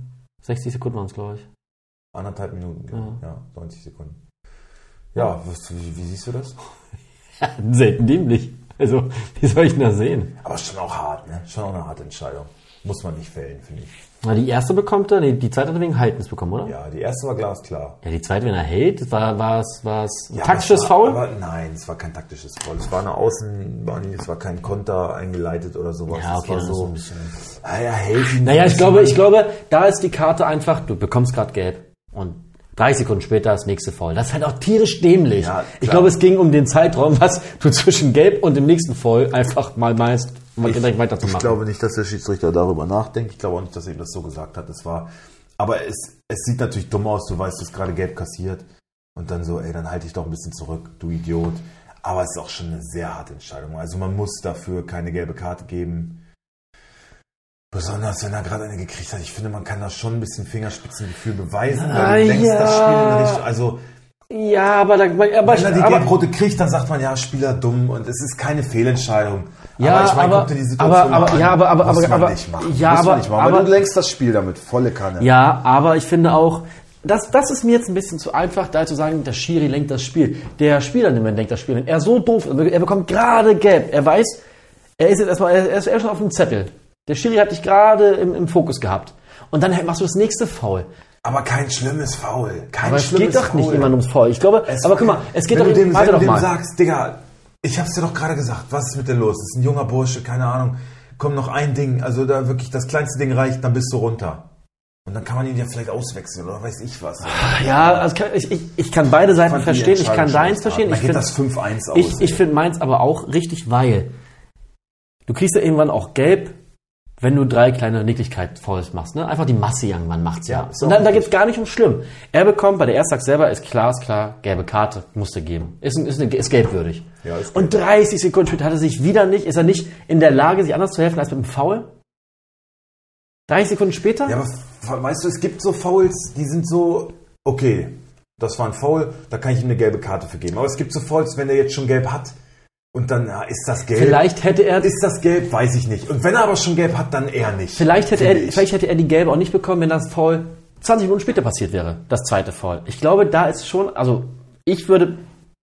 Speaker 2: 60 Sekunden waren es, glaube ich.
Speaker 1: anderthalb Minuten,
Speaker 2: Mhm.
Speaker 1: ja, 90 Sekunden. Ja, was, wie, wie siehst du das?
Speaker 2: Selten dämlich. Also, wie soll ich denn das sehen?
Speaker 1: Aber schon auch hart, ne? ne? Schon auch eine harte Entscheidung. Muss man nicht fällen, finde ich.
Speaker 2: Na, die erste bekommt er, nee, die zweite hat er wegen Haltens bekommen, oder?
Speaker 1: Ja, die erste war glasklar.
Speaker 2: Ja, die zweite, wenn er hält, war war es war es ein
Speaker 1: Ja,
Speaker 2: taktisches
Speaker 1: das war-
Speaker 2: Foul?
Speaker 1: Aber nein, es war kein taktisches Foul. Es war eine Außenbahn, es war kein Konter eingeleitet oder sowas.
Speaker 2: Ja, okay,
Speaker 1: es war
Speaker 2: dann ist
Speaker 1: so
Speaker 2: so ein bisschen-
Speaker 1: Ah, ja, hält ihn
Speaker 2: Naja, ich
Speaker 1: ein
Speaker 2: glaube,
Speaker 1: bisschen.
Speaker 2: ich glaube, da ist die Karte einfach, du bekommst gerade gelb und 30 Sekunden später das nächste Foul. Das ist halt auch tierisch dämlich.
Speaker 1: Ja,
Speaker 2: ich
Speaker 1: klar.
Speaker 2: glaube, es ging um den Zeitraum, was du zwischen gelb und dem nächsten Foul einfach mal meinst, um direkt weiterzumachen.
Speaker 1: Ich glaube nicht, dass der Schiedsrichter darüber nachdenkt. Ich glaube auch nicht, dass er ihm das so gesagt hat. Es war, aber es, es sieht natürlich dumm aus. Du weißt, du hast gerade gelb kassiert. Und dann so, ey, dann halte ich doch ein bisschen zurück, du Idiot. Aber es ist auch schon eine sehr harte Entscheidung. Also man muss dafür keine gelbe Karte geben. Besonders wenn er gerade eine gekriegt hat. Ich finde, man kann da schon ein bisschen Fingerspitzengefühl beweisen, weil du
Speaker 2: Ah,
Speaker 1: denkst, das
Speaker 2: ja.
Speaker 1: Spiel in Richtung. Also
Speaker 2: ja, aber da, aber,
Speaker 1: wenn er die
Speaker 2: aber,
Speaker 1: Gelbrote kriegt, dann sagt man ja, Spieler dumm und es ist keine Fehlentscheidung.
Speaker 2: Ja, aber-
Speaker 1: guck dir
Speaker 2: aber- aber-
Speaker 1: mal an.
Speaker 2: ja, aber- aber-
Speaker 1: muss
Speaker 2: aber-
Speaker 1: man
Speaker 2: aber-
Speaker 1: nicht machen.
Speaker 2: ja,
Speaker 1: muss man
Speaker 2: aber-
Speaker 1: nicht machen. Aber,
Speaker 2: aber-
Speaker 1: du lenkst das Spiel damit volle Kanne.
Speaker 2: Ja, aber ich finde auch, das, das ist mir jetzt ein bisschen zu einfach, da zu sagen, der Schiri lenkt das Spiel. Der Spieler nimmt- lenkt das Spiel. Er ist so doof, er bekommt gerade gelb. Er weiß, er ist jetzt erstmal, er ist erst schon auf dem Zettel. Der Schiri hat dich gerade im, im Fokus gehabt. Und dann machst du das nächste Foul.
Speaker 1: Aber kein schlimmes Foul. Kein
Speaker 2: Aber es
Speaker 1: schlimmes
Speaker 2: geht doch nicht
Speaker 1: Foul.
Speaker 2: immer ums Foul. Ich glaube,
Speaker 1: Es-
Speaker 2: aber guck mal, es geht
Speaker 1: wenn
Speaker 2: doch,
Speaker 1: du dem, wenn
Speaker 2: warte
Speaker 1: du
Speaker 2: doch
Speaker 1: dem
Speaker 2: mal.
Speaker 1: sagst, Digga, ich hab's dir doch gerade gesagt, was ist mit dir los? Das ist ein junger Bursche, keine Ahnung. Komm noch ein Ding, also da wirklich das kleinste Ding reicht, dann bist du runter. Und dann kann man ihn ja vielleicht auswechseln oder weiß ich was.
Speaker 2: ja, also kann, ich, ich, ich kann beide Seiten
Speaker 1: fand die
Speaker 2: verstehen. Ich kann
Speaker 1: Entscheidung schon echt
Speaker 2: deins
Speaker 1: hart.
Speaker 2: verstehen.
Speaker 1: Man
Speaker 2: Ich
Speaker 1: geht
Speaker 2: finde-
Speaker 1: das 5-1 aus.
Speaker 2: Ich, ich finde meins aber auch richtig, weil du kriegst ja irgendwann auch gelb, wenn du drei kleine Nicklichkeit Fouls machst. Ne? Einfach die Masse irgendwann macht's ja.
Speaker 1: Ja, ist
Speaker 2: Und
Speaker 1: auch
Speaker 2: da, da geht's gar nicht um schlimm. Er bekommt bei der Ersttag selber, ist klar, ist klar, gelbe Karte, musste geben. Ist, ein- ist, eine, ist gelbwürdig.
Speaker 1: Ja, ist
Speaker 2: Und 30 Sekunden später hat er sich wieder nicht, ist er nicht in der Lage, sich anders zu helfen als mit dem Foul? 30 Sekunden später?
Speaker 1: Ja, aber f- weißt du, es gibt so Fouls, die sind so, okay, das war ein Foul, da kann ich ihm eine gelbe Karte für geben. Aber es gibt so Fouls, wenn er jetzt schon gelb hat und dann ja, ist das gelb.
Speaker 2: Vielleicht hätte er
Speaker 1: Ist das gelb? Weiß ich nicht. Und wenn er aber schon gelb hat, dann eher nicht.
Speaker 2: Vielleicht hätte,
Speaker 1: Finde
Speaker 2: er,
Speaker 1: ich.
Speaker 2: vielleicht hätte er die gelbe auch nicht bekommen, wenn das Foul 20 Minuten später passiert wäre, das zweite Foul. Ich glaube, da ist schon, also ich würde,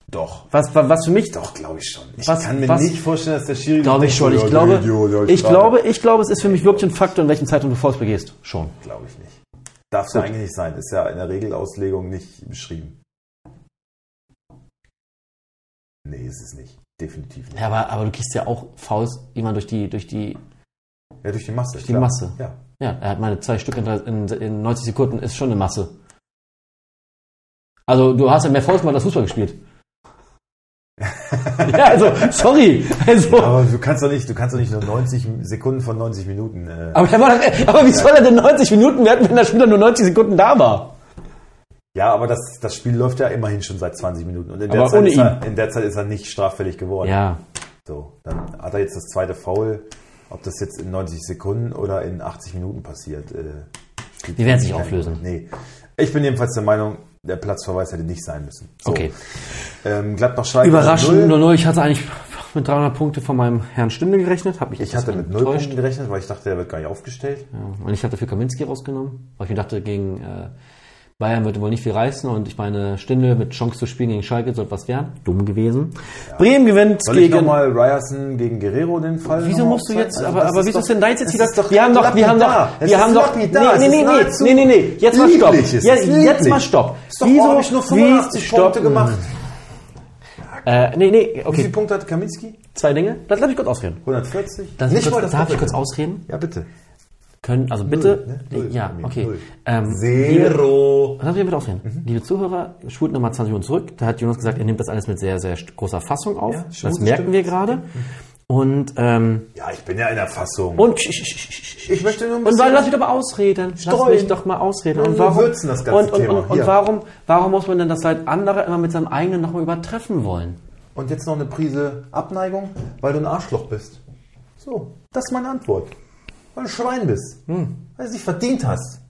Speaker 1: Doch.
Speaker 2: was, was was für mich,
Speaker 1: Doch, glaube ich schon. Ich
Speaker 2: Was-
Speaker 1: kann mir
Speaker 2: was-
Speaker 1: nicht vorstellen, dass der Schiri...
Speaker 2: glaube
Speaker 1: denkt,
Speaker 2: ich schon,
Speaker 1: oh,
Speaker 2: ich
Speaker 1: ja,
Speaker 2: glaube,
Speaker 1: der Idiot, ja,
Speaker 2: ich
Speaker 1: frage.
Speaker 2: glaube, ich glaube, es ist für mich wirklich ein Faktor, in welchem Zeitraum du Fouls begehst. Schon.
Speaker 1: Glaube ich nicht. Darf es ja eigentlich nicht sein. Ist ja in der Regelauslegung nicht beschrieben. Nee, ist es nicht. Definitiv nicht.
Speaker 2: Ja, aber, aber du kriegst ja auch Fouls immer durch die, durch die,
Speaker 1: Ja, durch die Masse. Durch
Speaker 2: die Masse.
Speaker 1: Ja.
Speaker 2: ja, er hat meine zwei Stück in, drei- in, in 90 Sekunden, ist schon eine Masse. Also du hast ja mehr Fouls gemacht als Fußball gespielt. ja, also, sorry. Also,
Speaker 1: Aber du kannst doch nicht, du kannst doch nicht nur 90 Sekunden von 90 Minuten. Äh,
Speaker 2: Aber, er war doch, aber wie soll er denn 90 Minuten werden, wenn der Spieler nur 90 Sekunden da war?
Speaker 1: ja, aber das, das Spiel läuft ja immerhin schon seit 20 Minuten. Und in der,
Speaker 2: Aber
Speaker 1: Zeit
Speaker 2: ohne
Speaker 1: ist er, in der Zeit ist er nicht straffällig geworden.
Speaker 2: Ja,
Speaker 1: So, dann hat er jetzt das zweite Foul. Ob das jetzt in 90 Sekunden oder in 80 Minuten passiert. Äh, spielt
Speaker 2: Die werden sich
Speaker 1: keine-
Speaker 2: auflösen.
Speaker 1: Nee. Ich bin jedenfalls der Meinung, der Platzverweis hätte nicht sein müssen. So,
Speaker 2: okay.
Speaker 1: Ähm, Gladbach Schalke
Speaker 2: Überraschend,
Speaker 1: Also null.
Speaker 2: 0 Ich hatte eigentlich mit 300 Punkte von meinem Herrn Stünde gerechnet. Hab mich
Speaker 1: Ich hatte mit null
Speaker 2: enttäuscht.
Speaker 1: Punkten gerechnet, weil ich dachte, der wird gar nicht aufgestellt.
Speaker 2: Ja, Und ich habe dafür Kaminski rausgenommen, weil ich mir dachte, gegen äh, Bayern wird wohl nicht viel reißen. Und ich meine, Stindel mit Chance zu spielen gegen Schalke sollte was werden. Dumm gewesen. Bremen gewinnt
Speaker 1: Soll ich
Speaker 2: gegen...
Speaker 1: nochmal Ryerson gegen Guerrero den Fall
Speaker 2: Wieso
Speaker 1: noch mal
Speaker 2: musst du
Speaker 1: aufzeigen?
Speaker 2: jetzt,
Speaker 1: Also
Speaker 2: aber,
Speaker 1: das
Speaker 2: aber
Speaker 1: ist
Speaker 2: wieso
Speaker 1: doch-
Speaker 2: ist denn deins jetzt
Speaker 1: es
Speaker 2: wieder?
Speaker 1: ist doch
Speaker 2: wir haben doch, wir haben
Speaker 1: lapidar.
Speaker 2: doch,
Speaker 1: Es
Speaker 2: wir
Speaker 1: ist
Speaker 2: haben doch,
Speaker 1: lapidar.
Speaker 2: nee,
Speaker 1: Es
Speaker 2: nee,
Speaker 1: ist
Speaker 2: nee,
Speaker 1: nahezu
Speaker 2: nee, nee, nee, jetzt mal stopp.
Speaker 1: lieblich. Es
Speaker 2: Ja,
Speaker 1: ist
Speaker 2: jetzt
Speaker 1: lieblich.
Speaker 2: mal stopp.
Speaker 1: Ist doch, wieso habe ich nur 85
Speaker 2: wieso-
Speaker 1: Punkte gemacht?
Speaker 2: Äh, nee, nee,
Speaker 1: Wie viele
Speaker 2: okay,
Speaker 1: Punkte hat Kaminski?
Speaker 2: zwei Dinge. Das darf ich kurz ausreden.
Speaker 1: 140?
Speaker 2: Darf ich kurz- darf ich kurz
Speaker 1: Doppelte.
Speaker 2: ausreden?
Speaker 1: Ja, bitte.
Speaker 2: Können, also bitte,
Speaker 1: ne? Null
Speaker 2: ja,
Speaker 1: von mir.
Speaker 2: okay.
Speaker 1: Null.
Speaker 2: Ähm,
Speaker 1: Zero.
Speaker 2: Lass mich damit aufreden.
Speaker 1: Mhm.
Speaker 2: Liebe Zuhörer, spult nochmal 20 Minuten zurück. Da hat Jonas gesagt, er nimmt das alles mit sehr, sehr st- großer Fassung auf.
Speaker 1: Ja,
Speaker 2: das
Speaker 1: stimmt,
Speaker 2: merken
Speaker 1: stimmt. Mhm.
Speaker 2: wir gerade. Und, ähm,
Speaker 1: Ja, ich bin ja in der Fassung.
Speaker 2: und, sch- sch- sch- sch- sch-
Speaker 1: Ich möchte nur ein
Speaker 2: und
Speaker 1: bisschen-
Speaker 2: weil, lass mich doch mal ausreden. Lass
Speaker 1: Streuen.
Speaker 2: mich doch mal ausreden. Und
Speaker 1: Nur
Speaker 2: warum,
Speaker 1: würzen das ganze
Speaker 2: und, und,
Speaker 1: Thema.
Speaker 2: und, und
Speaker 1: Hier.
Speaker 2: warum, warum muss man denn das Leid anderer immer mit seinem eigenen nochmal übertreffen wollen?
Speaker 1: Und jetzt noch eine Prise Abneigung, weil du ein Arschloch bist. So, das ist meine Antwort. Weil du ein Schwein bist.
Speaker 2: Hm.
Speaker 1: Weil du es nicht verdient hast.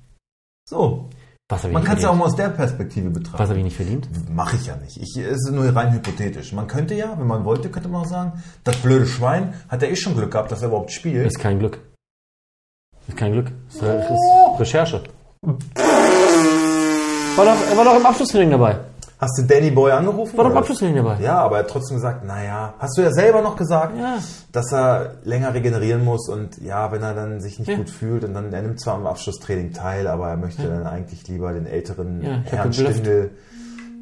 Speaker 1: So,
Speaker 2: Was habe ich
Speaker 1: man
Speaker 2: nicht
Speaker 1: kann es ja auch
Speaker 2: verdient?
Speaker 1: mal aus der Perspektive betrachten.
Speaker 2: Was habe ich nicht verdient?
Speaker 1: Mache ich ja nicht. Ich, es ist nur rein hypothetisch. Man könnte ja, wenn man wollte, könnte man auch sagen, das blöde Schwein hat ja eh schon Glück gehabt, dass er überhaupt spielt.
Speaker 2: Ist kein Glück. Ist kein Glück. Ist, Re-
Speaker 1: Oh!
Speaker 2: ist Recherche. War doch, er war doch im Abschlusstraining dabei.
Speaker 1: Hast du Danny Boy angerufen?
Speaker 2: War doch
Speaker 1: Oder-
Speaker 2: Abschlusslinie dabei.
Speaker 1: Ja, aber er hat trotzdem gesagt, naja, hast du ja selber noch gesagt,
Speaker 2: Ja.
Speaker 1: dass er länger regenerieren muss und ja, wenn er dann sich nicht
Speaker 2: Ja.
Speaker 1: gut fühlt und dann, er nimmt zwar am Abschlusstraining teil, aber er möchte dann eigentlich lieber den älteren
Speaker 2: Ja, ich hab
Speaker 1: Herrn
Speaker 2: geblufft.
Speaker 1: Stindel.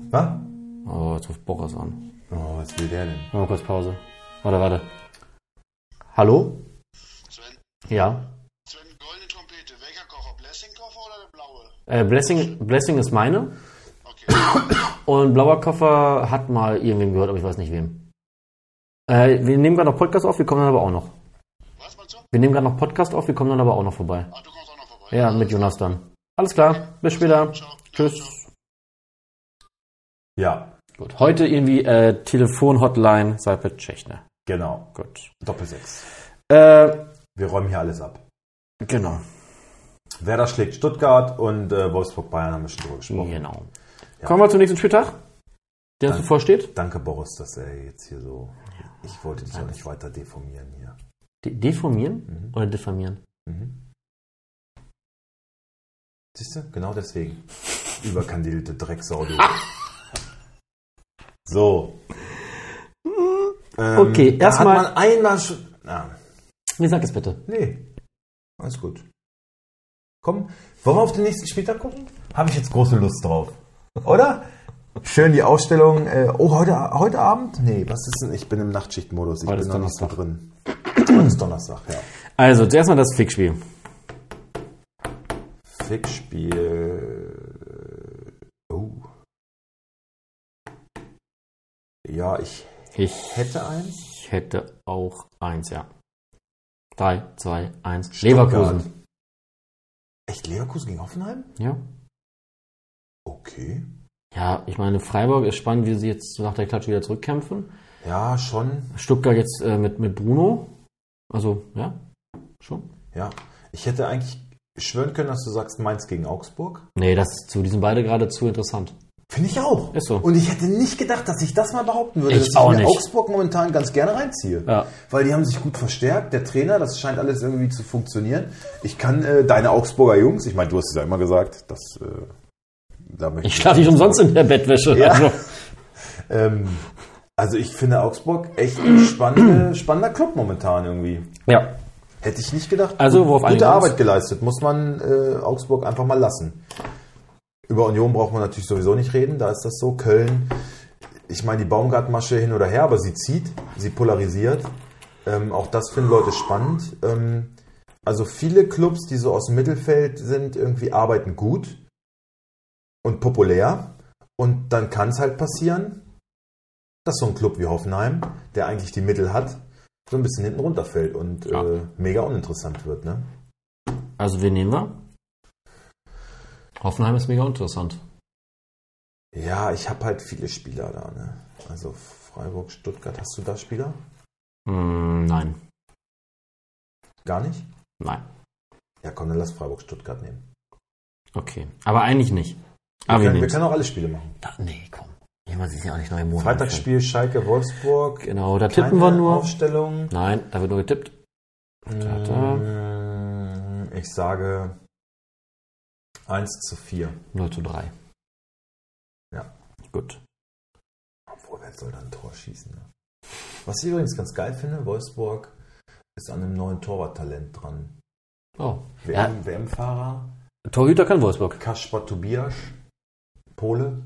Speaker 1: Was?
Speaker 2: Oh, jetzt ruft Boris an.
Speaker 1: Oh, was will der denn?
Speaker 2: Machen wir kurz Pause. Warte, warte. Hallo?
Speaker 3: Sven,
Speaker 2: Ja.
Speaker 3: Sven, goldene Trompete. Welcher Koffer? Blessing-Koffer oder der blaue?
Speaker 2: Äh, Blessing, Blessing ist meine.
Speaker 3: Okay.
Speaker 2: Und blauer Koffer hat mal irgendwem gehört, aber ich weiß nicht wem. Äh, wir nehmen gerade noch Podcast auf, wir kommen dann aber auch noch.
Speaker 3: Was meinst du?
Speaker 2: Wir nehmen gerade noch Podcast auf, wir kommen dann aber auch noch vorbei.
Speaker 3: Ah, du kommst auch noch vorbei.
Speaker 2: Ja, mit Jonas dann. Alles klar, bis später. Tschüss.
Speaker 1: Ja,
Speaker 2: Gut. Heute irgendwie äh, Telefon-Hotline Seipel Tschechner.
Speaker 1: genau.
Speaker 2: Gut.
Speaker 1: Doppelsechs.
Speaker 2: Äh,
Speaker 1: Wir räumen hier alles ab.
Speaker 2: genau.
Speaker 1: Werder schlägt Stuttgart und äh, Wolfsburg Bayern haben wir schon drüber gesprochen.
Speaker 2: Genau.
Speaker 1: Ja.
Speaker 2: Kommen wir zum nächsten Spieltag, der uns
Speaker 1: Dann-
Speaker 2: bevorsteht.
Speaker 1: Danke, Boris, dass er jetzt hier so. Ich wollte dich auch nicht weiter deformieren hier.
Speaker 2: De deformieren oder diffamieren?
Speaker 1: Mhm. Siehst du? Genau deswegen. Überkandidelte Drecksau. du. so. Ähm,
Speaker 2: Okay,
Speaker 1: da
Speaker 2: erstmal-
Speaker 1: hat man einmal schon. Ah,
Speaker 2: Nee, sag es bitte.
Speaker 1: nee. Alles gut. Komm, wollen wir auf den nächsten Spieltag gucken? Habe ich jetzt große Lust drauf. Oder? Schön die Ausstellung. Äh, oh, heute, heute Abend? Nee, was ist denn? Ich bin im Nachtschichtmodus. Ich
Speaker 2: Heute
Speaker 1: bin
Speaker 2: ist
Speaker 1: noch nicht so
Speaker 2: Donnerstag.
Speaker 1: drin. Heute ist Donnerstag, ja.
Speaker 2: Also, zuerst mal das Fickspiel.
Speaker 1: Fickspiel. Oh. Ja, ich
Speaker 2: Ich
Speaker 1: hätte eins.
Speaker 2: hätte auch eins, ja. Drei, zwei, eins.
Speaker 1: Stuttgart.
Speaker 2: Leverkusen.
Speaker 1: Echt Leverkusen gegen Hoffenheim?
Speaker 2: Ja.
Speaker 1: Okay.
Speaker 2: Ja, ich meine, Freiburg ist spannend, wie sie jetzt nach der Klatsche wieder zurückkämpfen.
Speaker 1: Ja, schon.
Speaker 2: Stuttgart jetzt äh, mit, mit Bruno. Also, ja, schon.
Speaker 1: Ja. Ich hätte eigentlich schwören können, dass du sagst Mainz gegen Augsburg.
Speaker 2: Nee, das ist zu, die sind beide gerade zu interessant.
Speaker 1: Finde ich auch.
Speaker 2: Ist so.
Speaker 1: Und ich hätte nicht gedacht, dass ich das mal behaupten würde,
Speaker 2: Ich
Speaker 1: dass
Speaker 2: auch
Speaker 1: ich mir
Speaker 2: nicht.
Speaker 1: Augsburg momentan ganz gerne reinziehe.
Speaker 2: Ja.
Speaker 1: Weil die haben sich gut verstärkt, der Trainer, das scheint alles irgendwie zu funktionieren. Ich kann äh, deine Augsburger Jungs, ich meine, du hast es ja immer gesagt, dass äh, da möchte
Speaker 2: Ich schlafe nicht umsonst in der Bettwäsche.
Speaker 1: Ja.
Speaker 2: Also,
Speaker 1: Ähm, also ich finde Augsburg echt ein spannende, spannender Club momentan irgendwie.
Speaker 2: ja.
Speaker 1: Hätte ich nicht gedacht.
Speaker 2: Also, worauf
Speaker 1: Gute
Speaker 2: einigen wir uns?
Speaker 1: Arbeit geleistet, muss man äh, Augsburg einfach mal lassen. Über Union braucht man natürlich sowieso nicht reden, da ist das so. Köln, ich meine, die Baumgartmasche hin oder her, aber sie zieht, sie polarisiert. Ähm, auch das finden Leute spannend. Ähm, also viele Clubs, die so aus dem Mittelfeld sind, irgendwie arbeiten gut und populär. Und dann kann es halt passieren, dass so ein Club wie Hoffenheim, der eigentlich die Mittel hat, so ein bisschen hinten runterfällt und
Speaker 2: Ja.
Speaker 1: äh, mega uninteressant wird. Ne?
Speaker 2: also, wen nehmen wir? Hoffenheim ist mega interessant.
Speaker 1: Ja, ich habe halt viele Spieler da. Ne? Also Freiburg, Stuttgart, hast du da Spieler?
Speaker 2: Hm, nein,
Speaker 1: Gar nicht?
Speaker 2: nein.
Speaker 1: Ja, komm, dann lass Freiburg, Stuttgart nehmen.
Speaker 2: Okay, aber eigentlich nicht.
Speaker 1: Wir,
Speaker 2: Aber wir
Speaker 1: können, wir
Speaker 2: nehmen
Speaker 1: können auch alle Spiele machen.
Speaker 2: Nee, komm. Jemand ist ja auch nicht neu im Monat.
Speaker 1: Freitagsspiel Schalke, Wolfsburg.
Speaker 2: Genau, da tippen wir
Speaker 1: Keine
Speaker 2: nur.
Speaker 1: Aufstellung.
Speaker 2: Nein, da wird nur getippt. Da, da.
Speaker 1: Mm, Ich sage 1 zu 4.
Speaker 2: 0 zu 3.
Speaker 1: Ja.
Speaker 2: Gut.
Speaker 1: Obwohl, wer soll da ein Tor schießen? Ne? Was ich übrigens ganz geil finde, Wolfsburg ist an einem neuen Torwarttalent dran.
Speaker 2: Oh. Ja.
Speaker 1: WM, WM-Fahrer,
Speaker 2: Torhüter kann Wolfsburg.
Speaker 1: Kaspar Tobias, Pole.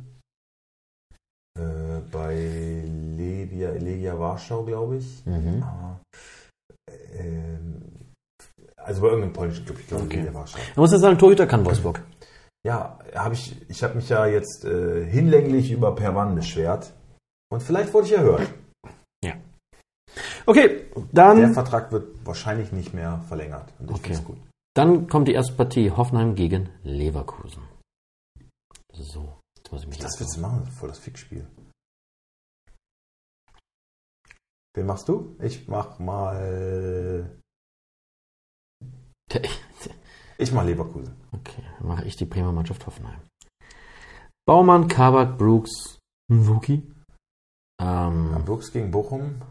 Speaker 1: Äh, bei Legia, Legia Warschau, glaube ich.
Speaker 2: Mhm.
Speaker 1: Aber, ähm, also bei irgendeinem polnischen Club, ich glaube
Speaker 2: Okay.
Speaker 1: Legia Warschau.
Speaker 2: Ich muss jetzt sagen, Torhüter kann Wolfsburg.
Speaker 1: Ja, hab ich, ich habe mich ja jetzt äh, hinlänglich über Perwan beschwert. Und vielleicht wurde ich ja hören.
Speaker 2: Okay,
Speaker 1: Der
Speaker 2: dann,
Speaker 1: Vertrag wird wahrscheinlich nicht mehr verlängert. Und ich
Speaker 2: Okay.
Speaker 1: find's gut.
Speaker 2: dann kommt die erste Partie. Hoffenheim gegen Leverkusen. So, jetzt muss ich mich
Speaker 1: Das
Speaker 2: jetzt-
Speaker 1: willst du machen, voll das Fickspiel. Wen machst du? Ich mach mal. Ich mach Leverkusen.
Speaker 2: Okay, dann mache ich die Bremer Mannschaft Hoffenheim. Baumann, Kabak, Brooks, Nwuki. Ähm,
Speaker 1: Ja, Brooks gegen Bochum.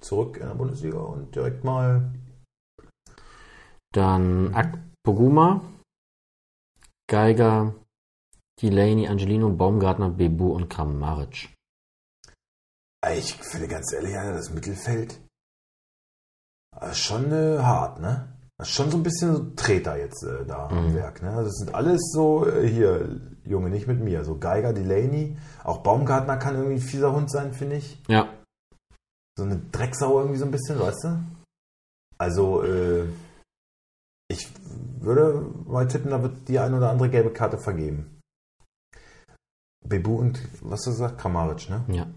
Speaker 1: Zurück in der Bundesliga und direkt mal.
Speaker 2: Dann Akpoguma, Geiger, Delaney, Angelino, Baumgartner, Bebu und Kramaric.
Speaker 1: Ey, Ich finde ganz ehrlich, Alter, das Mittelfeld äh, schon äh, hart, ne? Das ist schon so ein bisschen so Treter jetzt äh, da am Werk, ne? Also das sind alles so, äh, hier, Junge, nicht mit mir. So Geiger, Delaney, auch Baumgartner kann irgendwie ein fieser Hund sein, finde ich.
Speaker 2: Ja,
Speaker 1: So eine Drecksau irgendwie so ein bisschen, weißt du? Also, äh, ich würde mal tippen, da wird die eine oder andere gelbe Karte vergeben. Bebu und, was du gesagt, Kramaric, ne?
Speaker 2: ja.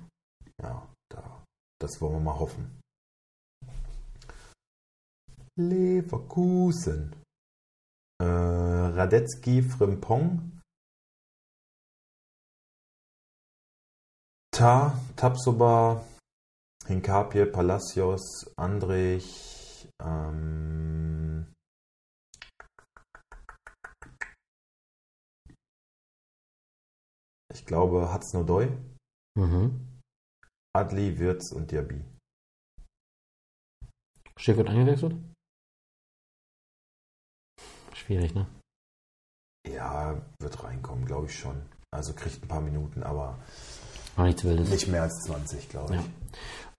Speaker 1: Ja, da, das wollen wir mal hoffen. Leverkusen. Äh, Radetzky, Frimpong. Ta, Tapsoba, Hinkapje, Palacios, Andrich, ähm, ich glaube Hatznodoy.
Speaker 2: Mhm.
Speaker 1: Adli, Wirtz und Diaby.
Speaker 2: Schiff wird eingewechselt? Schwierig, ne?
Speaker 1: Ja, wird reinkommen, glaube ich schon. Also kriegt ein paar Minuten, aber
Speaker 2: Aber nichts Wildes.
Speaker 1: nicht mehr als 20, glaube ich.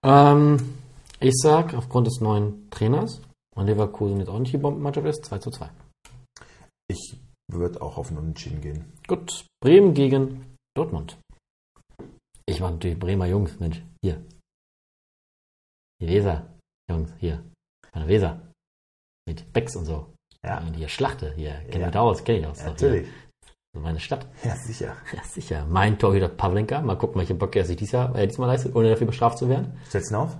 Speaker 2: Ja. Ähm, ich sag, aufgrund des neuen Trainers und Leverkusen jetzt auch nicht die Bombenmannschaft ist, 2 zu 2.
Speaker 1: Ich würde auch auf einen Unentschieden gehen.
Speaker 2: Gut, Bremen gegen Dortmund. Ich war natürlich Bremer Jungs, Mensch, hier. Die Weser, Jungs, hier. Von der Weser. Mit Becks und so. Und hier Schlachte, hier. Kenn
Speaker 1: Ja.
Speaker 2: ich aus, kenn ich aus. Mhm. Doch, hier.
Speaker 1: natürlich.
Speaker 2: Das ist meine Stadt.
Speaker 1: Ja, sicher.
Speaker 2: Ja, sicher. Mein Torhüter Pavlenka. Mal gucken, welche Böcke er sich dies Jahr, äh, diesmal leistet, ohne dafür bestraft zu werden.
Speaker 1: Stellst du ihn auf?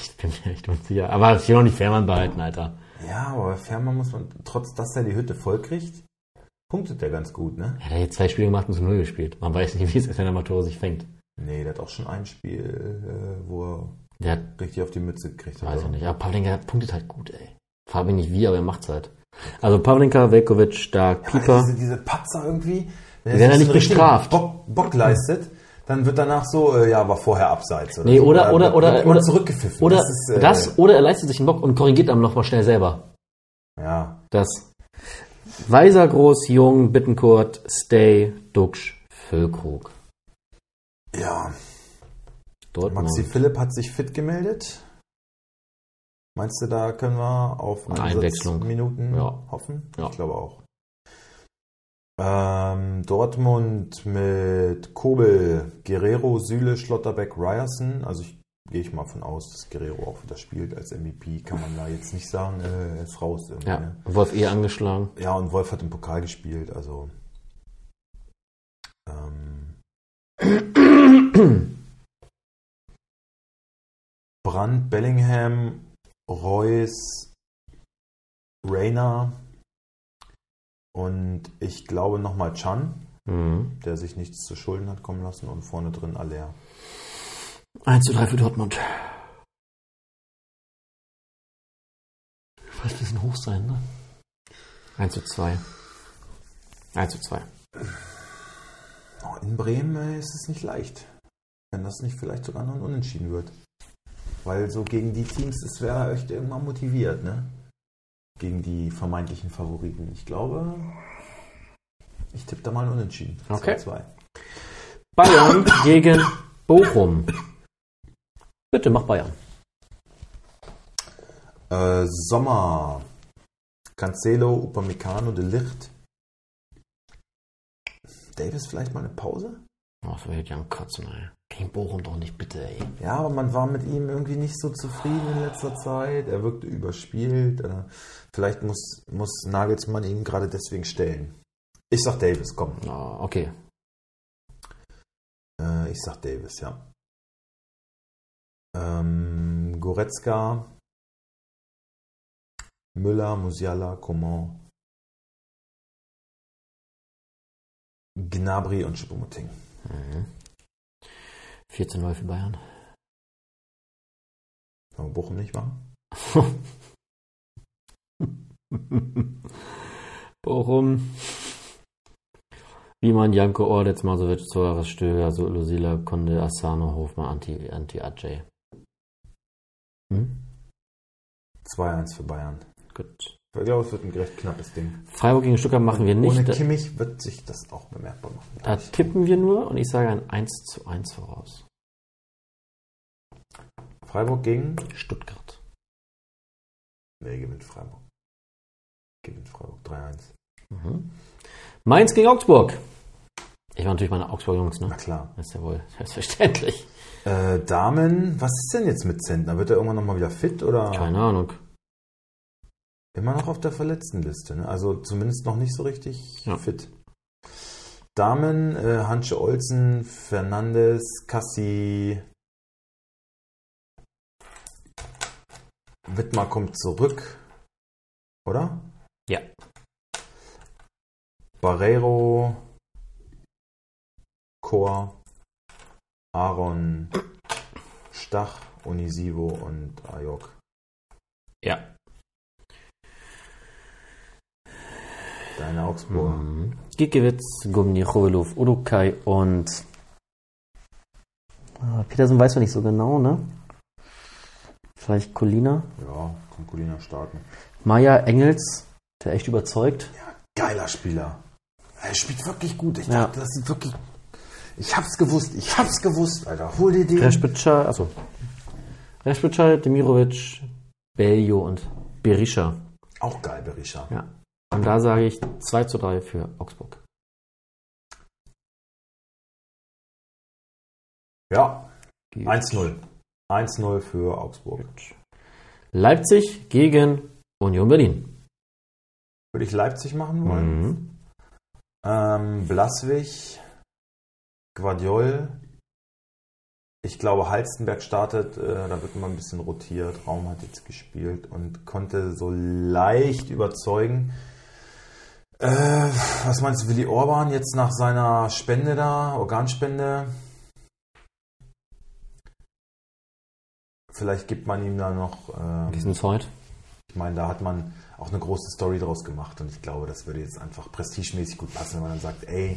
Speaker 2: Ich bin mir echt unsicher. Aber ich will noch nicht Fährmann behalten, Alter.
Speaker 1: Ja, aber bei Fährmann muss man, trotz dass er die Hütte voll kriegt, punktet er ganz gut, ne?
Speaker 2: Er hat jetzt zwei Spiele gemacht und zu Null gespielt. Man weiß nicht, wie es ist, wenn er mal Tore sich fängt.
Speaker 1: Nee, der hat auch schon ein Spiel, äh, wo er
Speaker 2: Der hat,
Speaker 1: richtig auf die Mütze gekriegt hat.
Speaker 2: weiß ich
Speaker 1: oder?
Speaker 2: nicht. Aber Pavlenka punktet halt gut, ey. Frag mich nicht wie, aber er macht's halt. Also Pavlenka, Velkovic, Stark,
Speaker 1: Aber
Speaker 2: Pieper.
Speaker 1: Diese, diese Patzer irgendwie, wenn er
Speaker 2: Die werden ja
Speaker 1: so
Speaker 2: nicht
Speaker 1: einen richtigen
Speaker 2: bestraft.
Speaker 1: Bock, Bock leistet, dann wird danach so, äh, ja, aber vorher abseits. Oder
Speaker 2: Nee,
Speaker 1: so.
Speaker 2: oder,
Speaker 1: Dann
Speaker 2: oder,
Speaker 1: wird-
Speaker 2: oder,
Speaker 1: also wird
Speaker 2: oder,
Speaker 1: immer zurückgepfiffen.
Speaker 2: oder, das,
Speaker 1: das, ist, äh,
Speaker 2: oder er leistet sich einen Bock und korrigiert am nochmal schnell selber.
Speaker 1: Ja,
Speaker 2: Das. Weiser, Groß, Jung, Bittenkurt, Stay, Duxch, Füllkrug.
Speaker 1: ja.
Speaker 2: Dortmund.
Speaker 1: Maxi Philipp hat sich fit gemeldet. Meinst du, da können wir auf
Speaker 2: Eine Einwechslung.
Speaker 1: Minuten
Speaker 2: Ja.
Speaker 1: hoffen?
Speaker 2: Ja.
Speaker 1: Ich glaube auch. Ähm, Dortmund mit Kobel, Guerrero, Süle, Schlotterbeck, Ryerson. Also ich gehe ich mal von aus, dass Guerrero auch wieder spielt als MVP. Kann man da jetzt nicht sagen, äh, er ist raus. Irgendwie,
Speaker 2: Ja,
Speaker 1: ne?
Speaker 2: Wolf eh angeschlagen.
Speaker 1: ja, und Wolf hat im Pokal gespielt. Also ähm, Brandt, Bellingham, Reus, Reyna und ich glaube nochmal Chan,
Speaker 2: mhm.
Speaker 1: der sich nichts zu Schulden hat kommen lassen und vorne drin Aller.
Speaker 2: 1 zu 3 für Dortmund. Muss ein bisschen hoch sein, ne? 1 zu 2. 1 zu 2.
Speaker 1: Oh, in Bremen äh, ist es nicht leicht, wenn das nicht vielleicht sogar noch ein Unentschieden wird. Weil so gegen die Teams, es wäre echt irgendwann motiviert, ne? Gegen die vermeintlichen Favoriten. Ich glaube, ich tippe da mal ein Unentschieden.
Speaker 2: Okay.
Speaker 1: 2-2.
Speaker 2: Bayern gegen Bochum. Bitte mach Bayern.
Speaker 1: Äh, Sommer. Cancelo, Upamecano, De Licht. Davis vielleicht mal eine Pause?
Speaker 2: Oh, das würde ich ja kotzen, ey. Gegen Bochum doch nicht, bitte, ey.
Speaker 1: Ja, aber man war mit ihm irgendwie nicht so zufrieden in letzter Zeit. Er wirkte überspielt. Äh, vielleicht muss, muss Nagelsmann ihn gerade deswegen stellen. Ich sag Davis, komm.
Speaker 2: Ah, okay.
Speaker 1: Äh, ich sag Davis, ja. Ähm, Goretzka, Müller, Musiala, Coman, Gnabry und Schuppomoting.
Speaker 2: Mhm. 4 zu 0 für Bayern.
Speaker 1: Haben wir Bochum nicht machen?
Speaker 2: Bochum. Wiemann, Janko, Ordetz, Masovic, Zorares, Stöger, So- Lusila, Kunde, Asano, Hofmann, Anti, Anti Ajay. Hm?
Speaker 1: 2-1 für Bayern.
Speaker 2: Gut.
Speaker 1: Ich glaube, es wird ein recht knappes Ding.
Speaker 2: Freiburg gegen Stuttgart machen wir nicht.
Speaker 1: Ohne
Speaker 2: Da,
Speaker 1: Kimmich wird sich das auch bemerkbar machen.
Speaker 2: da tippen wir nur und ich sage ein 1 zu 1 voraus.
Speaker 1: Freiburg gegen?
Speaker 2: Stuttgart.
Speaker 1: Nee, gewinnt Freiburg. Gewinnt Freiburg 3-1.
Speaker 2: Mhm. Mainz gegen Augsburg. Ich war natürlich meine Augsburger Jungs,
Speaker 1: Na
Speaker 2: ne?
Speaker 1: klar.
Speaker 2: Das ist ja wohl selbstverständlich.
Speaker 1: Äh, Damen, was ist denn jetzt mit Zentner? Wird er irgendwann nochmal wieder fit oder
Speaker 2: Keine Ahnung.
Speaker 1: immer noch auf der Verletztenliste? Ne? Also zumindest noch nicht so richtig
Speaker 2: Ja.
Speaker 1: fit. Damen, äh, Hansche Olsen, Fernandes, Cassi. Wittmar kommt zurück, oder?
Speaker 2: Ja.
Speaker 1: Barreiro, Chor, Aaron, Stach, Unisivo und Ayok.
Speaker 2: Ja.
Speaker 1: Deine Augsburger.
Speaker 2: Mhm. Gikiewicz, Gumni, Chovelov, Urukai und. Ah, Petersen weiß man nicht so genau, ne? Vielleicht Colina.
Speaker 1: Ja, Konkulina starten.
Speaker 2: Maya Engels, der echt überzeugt.
Speaker 1: Geiler Spieler. Er spielt wirklich gut. Ich
Speaker 2: Ja.
Speaker 1: dachte, das ist wirklich. Ich hab's gewusst, ich hab's gewusst, Alter. Hol dir den.
Speaker 2: Rešpica, also Rešpica, Demirovic, Beljo und Berisha.
Speaker 1: Auch geil, Berisha.
Speaker 2: Ja. Und da sage ich 2 zu 3 für Augsburg.
Speaker 1: Ja,
Speaker 2: Gut.
Speaker 1: 1-0. 1-0 für Augsburg.
Speaker 2: Leipzig gegen Union Berlin.
Speaker 1: Würde ich Leipzig machen wollen?
Speaker 2: Mhm.
Speaker 1: Ähm, Blaswig, Guardiol. Ich glaube, Halstenberg startet, äh, da wird immer ein bisschen rotiert. Raum hat jetzt gespielt und konnte so leicht überzeugen. Äh, was meinst du, Willi Orban jetzt nach seiner Spende da, Organspende? Vielleicht gibt man ihm da noch. ähm,
Speaker 2: Wie ist es heute?
Speaker 1: ich meine, da hat man auch eine große Story draus gemacht und ich glaube, das würde jetzt einfach prestigemäßig gut passen, wenn man dann sagt, ey,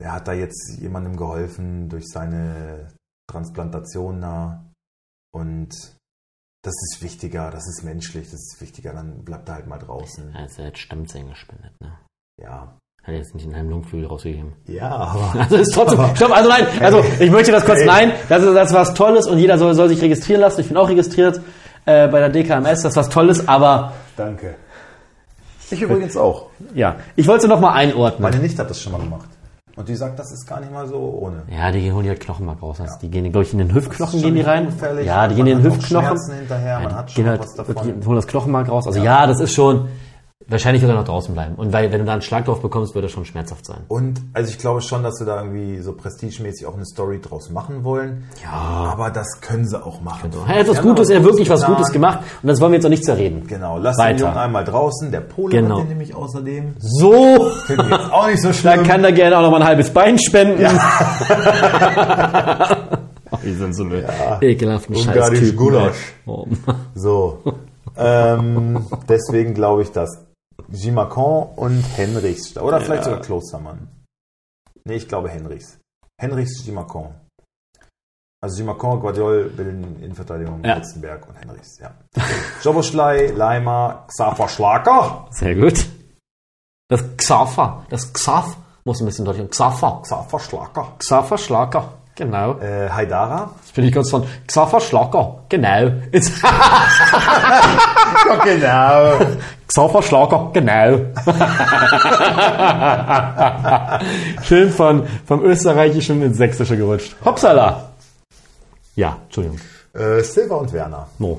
Speaker 1: er hat da jetzt jemandem geholfen durch seine Transplantation da und das ist wichtiger, das ist menschlich, das ist wichtiger, dann bleibt er halt mal draußen.
Speaker 2: Also er hat Stammzellen gespendet, ne?
Speaker 1: Ja.
Speaker 2: Hat jetzt nicht einen halben Lungenflügel rausgegeben.
Speaker 1: Ja, aber.
Speaker 2: Also ist trotzdem. Stopp, also nein, also ich möchte das kurz.
Speaker 1: Ey.
Speaker 2: Nein, das ist das ist was Tolles und jeder soll, soll sich registrieren lassen. Ich bin auch registriert äh, bei der DKMS, das ist was Tolles, aber
Speaker 1: Danke. Ich übrigens auch.
Speaker 2: ja. Ich wollte es nur noch mal einordnen.
Speaker 1: Meine Nichte hat das schon mal gemacht. Und die sagt, das ist gar nicht mal so ohne.
Speaker 2: Ja, die holen die halt Knochenmark raus. Also Die gehen, glaube ich, in den Hüftknochen gehen die
Speaker 1: schon
Speaker 2: rein.
Speaker 1: ungefährlich.
Speaker 2: Ja, die gehen
Speaker 1: Man
Speaker 2: in den
Speaker 1: hat auch
Speaker 2: Hüftknochen.
Speaker 1: Schmerzen hinterher, man
Speaker 2: die
Speaker 1: hat schon
Speaker 2: gehen halt,
Speaker 1: was davon.
Speaker 2: Die holen das Knochenmark raus. Also ja. das ist schon. Wahrscheinlich wird er noch draußen bleiben. Und weil, wenn du da einen Schlag drauf bekommst, wird er schon schmerzhaft sein.
Speaker 1: Und also ich glaube schon, dass sie da irgendwie so prestigemäßig auch eine Story draus machen wollen. Ja. Aber das können sie auch machen.
Speaker 2: Genau. Er hat
Speaker 1: Sie
Speaker 2: was
Speaker 1: haben
Speaker 2: Gutes,
Speaker 1: da
Speaker 2: er hat wirklich was
Speaker 1: getan.
Speaker 2: Gutes gemacht. Und das wollen wir jetzt auch nicht zerreden.
Speaker 1: Genau, lass den
Speaker 2: Weiter.
Speaker 1: Jungen einmal draußen. Der Pole
Speaker 2: Genau.
Speaker 1: hat den nämlich außerdem.
Speaker 2: So,
Speaker 1: Finden wir jetzt auch nicht so
Speaker 2: dann
Speaker 1: schlimm.
Speaker 2: kann er gerne auch noch mal ein halbes Bein spenden.
Speaker 4: Die sind so blöd.
Speaker 2: Ekelhaften
Speaker 1: Ungarisch
Speaker 2: Scheiß-Typen, ne?
Speaker 1: Gulasch.
Speaker 2: ey. Oh Mann.
Speaker 1: So. ähm, deswegen glaube ich, dass Gimacon und Henrichs, oder vielleicht sogar Klostermann. Nee, ich glaube Henrichs. Henrichs, Gimacon. Also Gimacon, Guardiol bilden Innenverteidigung
Speaker 2: Ja.
Speaker 1: Betzenberg und Henrichs, ja. Joboschlei, Leimer, Xaver Schlager.
Speaker 2: Sehr gut. Das Xaver, das Xav muss ein bisschen deutlich. Xaver,
Speaker 1: Xaver Schlager.
Speaker 2: Xaver Schlager, genau.
Speaker 1: Äh, Haidara.
Speaker 2: Jetzt bin ich kurz von Xaver Schlager, genau. Jetzt-
Speaker 1: Ja, genau.
Speaker 2: Xaver Schlager, genau. Schön von, vom Österreichischen ins Sächsische gerutscht. Hoppsala. Ja, Entschuldigung.
Speaker 1: äh, Silver und Werner.
Speaker 2: No.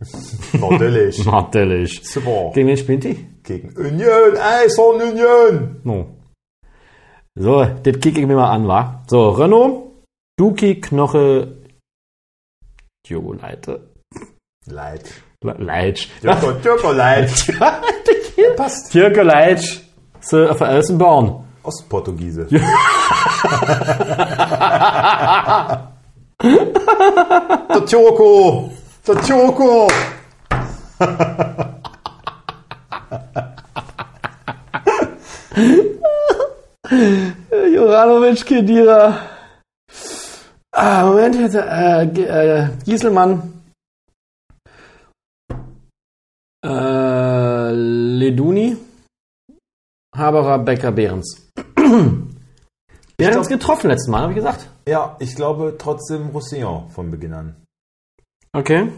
Speaker 1: Natürlich.
Speaker 2: Natürlich.
Speaker 1: Super.
Speaker 2: Gegen wen spielt die?
Speaker 1: Gegen Union, Eishorn Union.
Speaker 2: No. So, das kicke ich mir mal an, wa? So, Renault, Duki, Knoche, Jo, Leite.
Speaker 1: Leid.
Speaker 2: Le- Leitsch.
Speaker 1: Joko, Joko, leid. Passt.
Speaker 2: Türke Leitsch, so, von Elsenborn.
Speaker 1: Ostportugiese. der Tjoko! Der Tjoko!
Speaker 2: Äh, Joranovic, Kedira. Ah, Moment, jetzt, äh, G- äh, Gieselmann. Äh, Gueduni, Haberer, Becker, Behrens. Behrens getroffen letztes Mal, habe ich gesagt.
Speaker 1: Ja, ich glaube trotzdem Roussillon von Beginn an.
Speaker 2: Okay.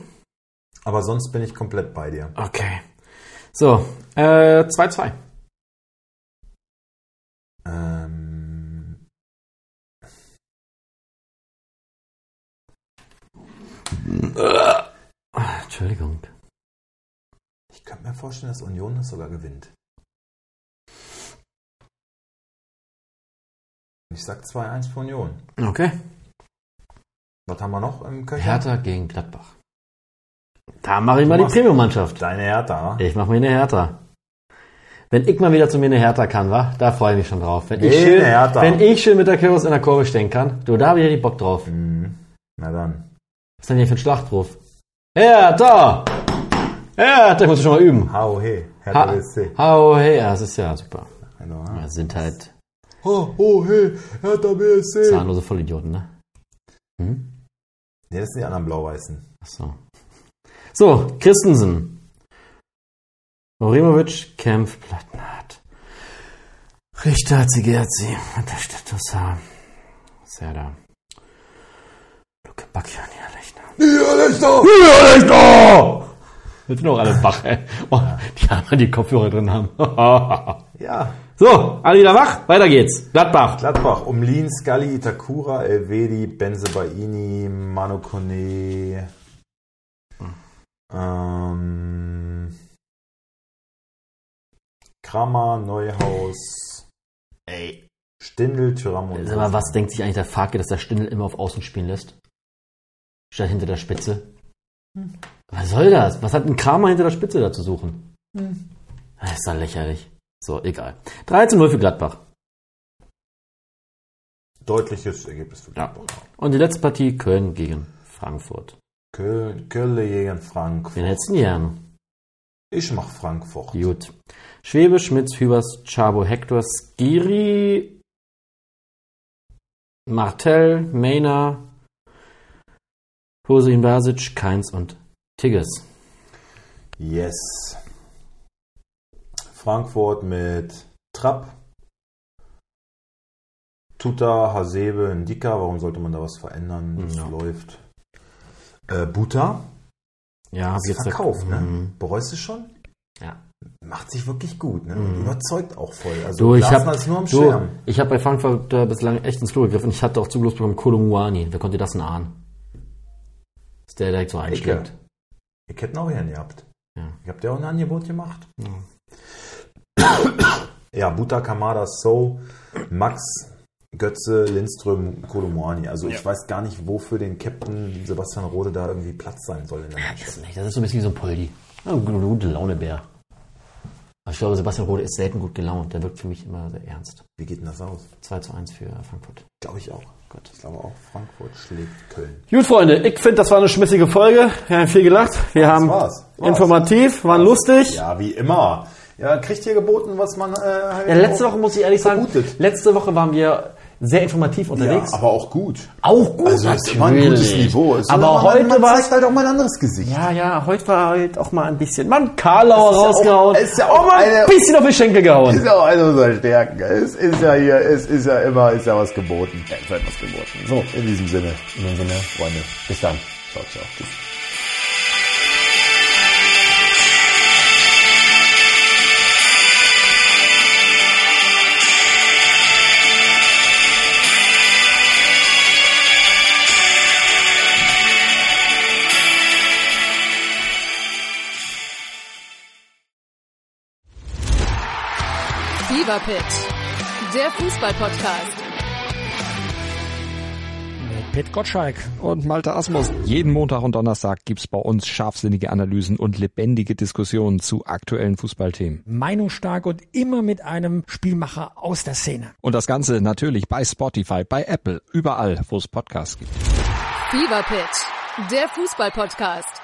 Speaker 1: Aber sonst bin ich komplett bei dir.
Speaker 2: Okay. So, äh, 2-2.
Speaker 1: Ähm,
Speaker 2: Ah, Entschuldigung.
Speaker 1: ich könnte mir vorstellen, dass Union das sogar gewinnt. Ich sag 2-1 für Union.
Speaker 2: Okay.
Speaker 1: Was haben wir noch im Köcher?
Speaker 2: Hertha gegen Gladbach. Da mache ich mal
Speaker 1: Du
Speaker 2: die
Speaker 1: machst-
Speaker 2: Premium-Mannschaft.
Speaker 1: Deine Hertha. ne?
Speaker 2: Ich mache mir eine Hertha. Wenn ich mal wieder zu mir eine Hertha kann, wa? Da freue ich mich schon drauf. Wenn ich,
Speaker 1: Nee,
Speaker 2: schön,
Speaker 1: eine Hertha.
Speaker 2: wenn ich schön mit der Kürbis in der Kurve stehen kann, du, da habe ich richtig Bock drauf.
Speaker 1: Mhm. Na dann.
Speaker 2: Was ist denn hier für ein Schlachtruf? Hertha! Hertha, ich muss schon mal üben.
Speaker 1: Hau, hey. Hertha
Speaker 2: Ha,
Speaker 1: BSC.
Speaker 2: hau, hey, ja, das ist ja super.
Speaker 1: Also,
Speaker 2: Ja,
Speaker 1: ha.
Speaker 2: Das sind halt
Speaker 1: Ho, ho, hey. Hertha BSC.
Speaker 2: zahnlose Vollidioten, ne? Hm?
Speaker 1: Nee, das sind die anderen Blau-Weißen.
Speaker 2: Ach so. So, Christensen. Morimovic, Kempf, Plattenhardt. Richter, Zigerzi, Stadtusser, Serda. Luke Bacchian, Lechner.
Speaker 1: Niederlichter!
Speaker 2: Lechner! Das sind doch alle wach, ey. Oh, die haben die Kopfhörer drin haben.
Speaker 1: Ja,
Speaker 2: so, alle wieder wach? Weiter geht's. Gladbach.
Speaker 1: Gladbach, Umlin, Scully, Itakura, Elvedi, Benzebaini, Manu Kone. Ähm, Kramer, Neuhaus,
Speaker 2: Ey,
Speaker 1: Stindl, Tyram und
Speaker 2: sag mal, was denkt sich eigentlich der Fake, dass der Stindel immer auf Außen spielen lässt? Statt hinter der Spitze. Was soll das? Was hat ein Kramer hinter der Spitze da zu suchen? Das ist doch lächerlich. So, egal. 3 zu 0 für Gladbach.
Speaker 1: deutliches Ergebnis für Gladbach.
Speaker 2: Und die letzte Partie Köln gegen Frankfurt.
Speaker 1: Köln, Köln gegen Frankfurt.
Speaker 2: Wen hättest du denn gern?
Speaker 1: Ich mach Frankfurt.
Speaker 2: Gut. Schwebe, Schmitz, Hübers, Chabo, Hector, Skiri, Martell, Mayner, Hose, Imbasic, Keins und Tigges.
Speaker 1: Yes. Frankfurt mit Trapp. Tuta, Hasebe, Ndika. Warum sollte man da was verändern? Das
Speaker 2: Ja.
Speaker 1: läuft. Äh, Buta.
Speaker 2: Ja,
Speaker 1: Hast du
Speaker 2: jetzt
Speaker 1: verkauft, ne?
Speaker 2: Mhm.
Speaker 1: Bereust du schon?
Speaker 2: Ja.
Speaker 1: Macht sich wirklich gut, ne?
Speaker 2: Mhm.
Speaker 1: Überzeugt auch voll. Also
Speaker 2: Du, ich
Speaker 1: Glasner
Speaker 2: habe
Speaker 1: ist nur am
Speaker 2: du,
Speaker 1: Schirm.
Speaker 2: ich hab bei Frankfurt äh, bislang echt ins Klo gegriffen. Ich hatte auch Zugriff bekommen Kolumwani. Wer konnte das denn ahnen? Dass der direkt so einschlägt.
Speaker 1: Ihr hätten auch Herrn gehabt.
Speaker 2: Ja.
Speaker 1: Ich hab dir auch ein Angebot gemacht. Ja, Buta, Kamada, So, Max, Götze, Lindström, Kolomouani. Also ich weiß gar nicht, wofür den Captain Sebastian Rode da irgendwie Platz sein soll in der
Speaker 2: Das
Speaker 1: Mannschaft.
Speaker 2: ist nicht- Das ist so ein bisschen wie so ein Poldi. Ja, Ein gute Launebär. Aber ich glaube, Sebastian Rode ist selten gut gelaunt. Der wirkt für mich immer sehr ernst.
Speaker 1: Wie geht denn das aus?
Speaker 2: 2 zu 1 für Frankfurt.
Speaker 1: Glaube ich auch. Gott, ich glaube auch, Frankfurt schlägt Köln.
Speaker 2: Gut, Freunde, ich finde, das war eine schmissige Folge. Wir haben viel gelacht. Wir haben
Speaker 1: war's. War's.
Speaker 2: informativ, waren lustig.
Speaker 1: Ja, wie immer. Ja, kriegt ihr geboten, was man... Äh, halt
Speaker 2: Ja, letzte
Speaker 1: auch-
Speaker 2: Woche muss ich ehrlich sagen,
Speaker 1: Vermutet.
Speaker 2: letzte Woche waren wir sehr informativ
Speaker 1: Ja,
Speaker 2: unterwegs.
Speaker 1: aber auch gut.
Speaker 2: Auch gut,
Speaker 1: Also es war ein gutes
Speaker 2: natürlich.
Speaker 1: Niveau. Es
Speaker 2: Aber
Speaker 1: man,
Speaker 2: heute
Speaker 1: man
Speaker 2: war's-
Speaker 1: zeigt halt auch mal ein anderes Gesicht.
Speaker 2: ja, ja, heute war halt auch mal ein bisschen, man
Speaker 1: Das
Speaker 2: Karlauer
Speaker 1: ist ja
Speaker 2: rausgehauen,
Speaker 1: auch- ist ja auch
Speaker 2: mal ein
Speaker 1: eine-
Speaker 2: bisschen auf den Schenkel gehauen.
Speaker 1: ja auch eine unserer Stärken. Es ist ja hier, es ist ja immer, ist ja was geboten. Ja, ist halt was geboten. So, in diesem Sinne. In diesem Sinne, Freunde. Bis dann. Ciao, ciao. Tschüss.
Speaker 5: Fever Pitch, der Fußballpodcast.
Speaker 6: Mit Pit Gottschalk.
Speaker 4: und Malte Asmus. Jeden Montag und Donnerstag gibt's bei uns scharfsinnige Analysen und lebendige Diskussionen zu aktuellen Fußballthemen.
Speaker 6: Meinungsstark und immer mit einem Spielmacher aus der Szene.
Speaker 4: Und das Ganze natürlich bei Spotify, bei Apple, überall, wo es Podcasts gibt.
Speaker 5: Fever Pitch, der Fußballpodcast.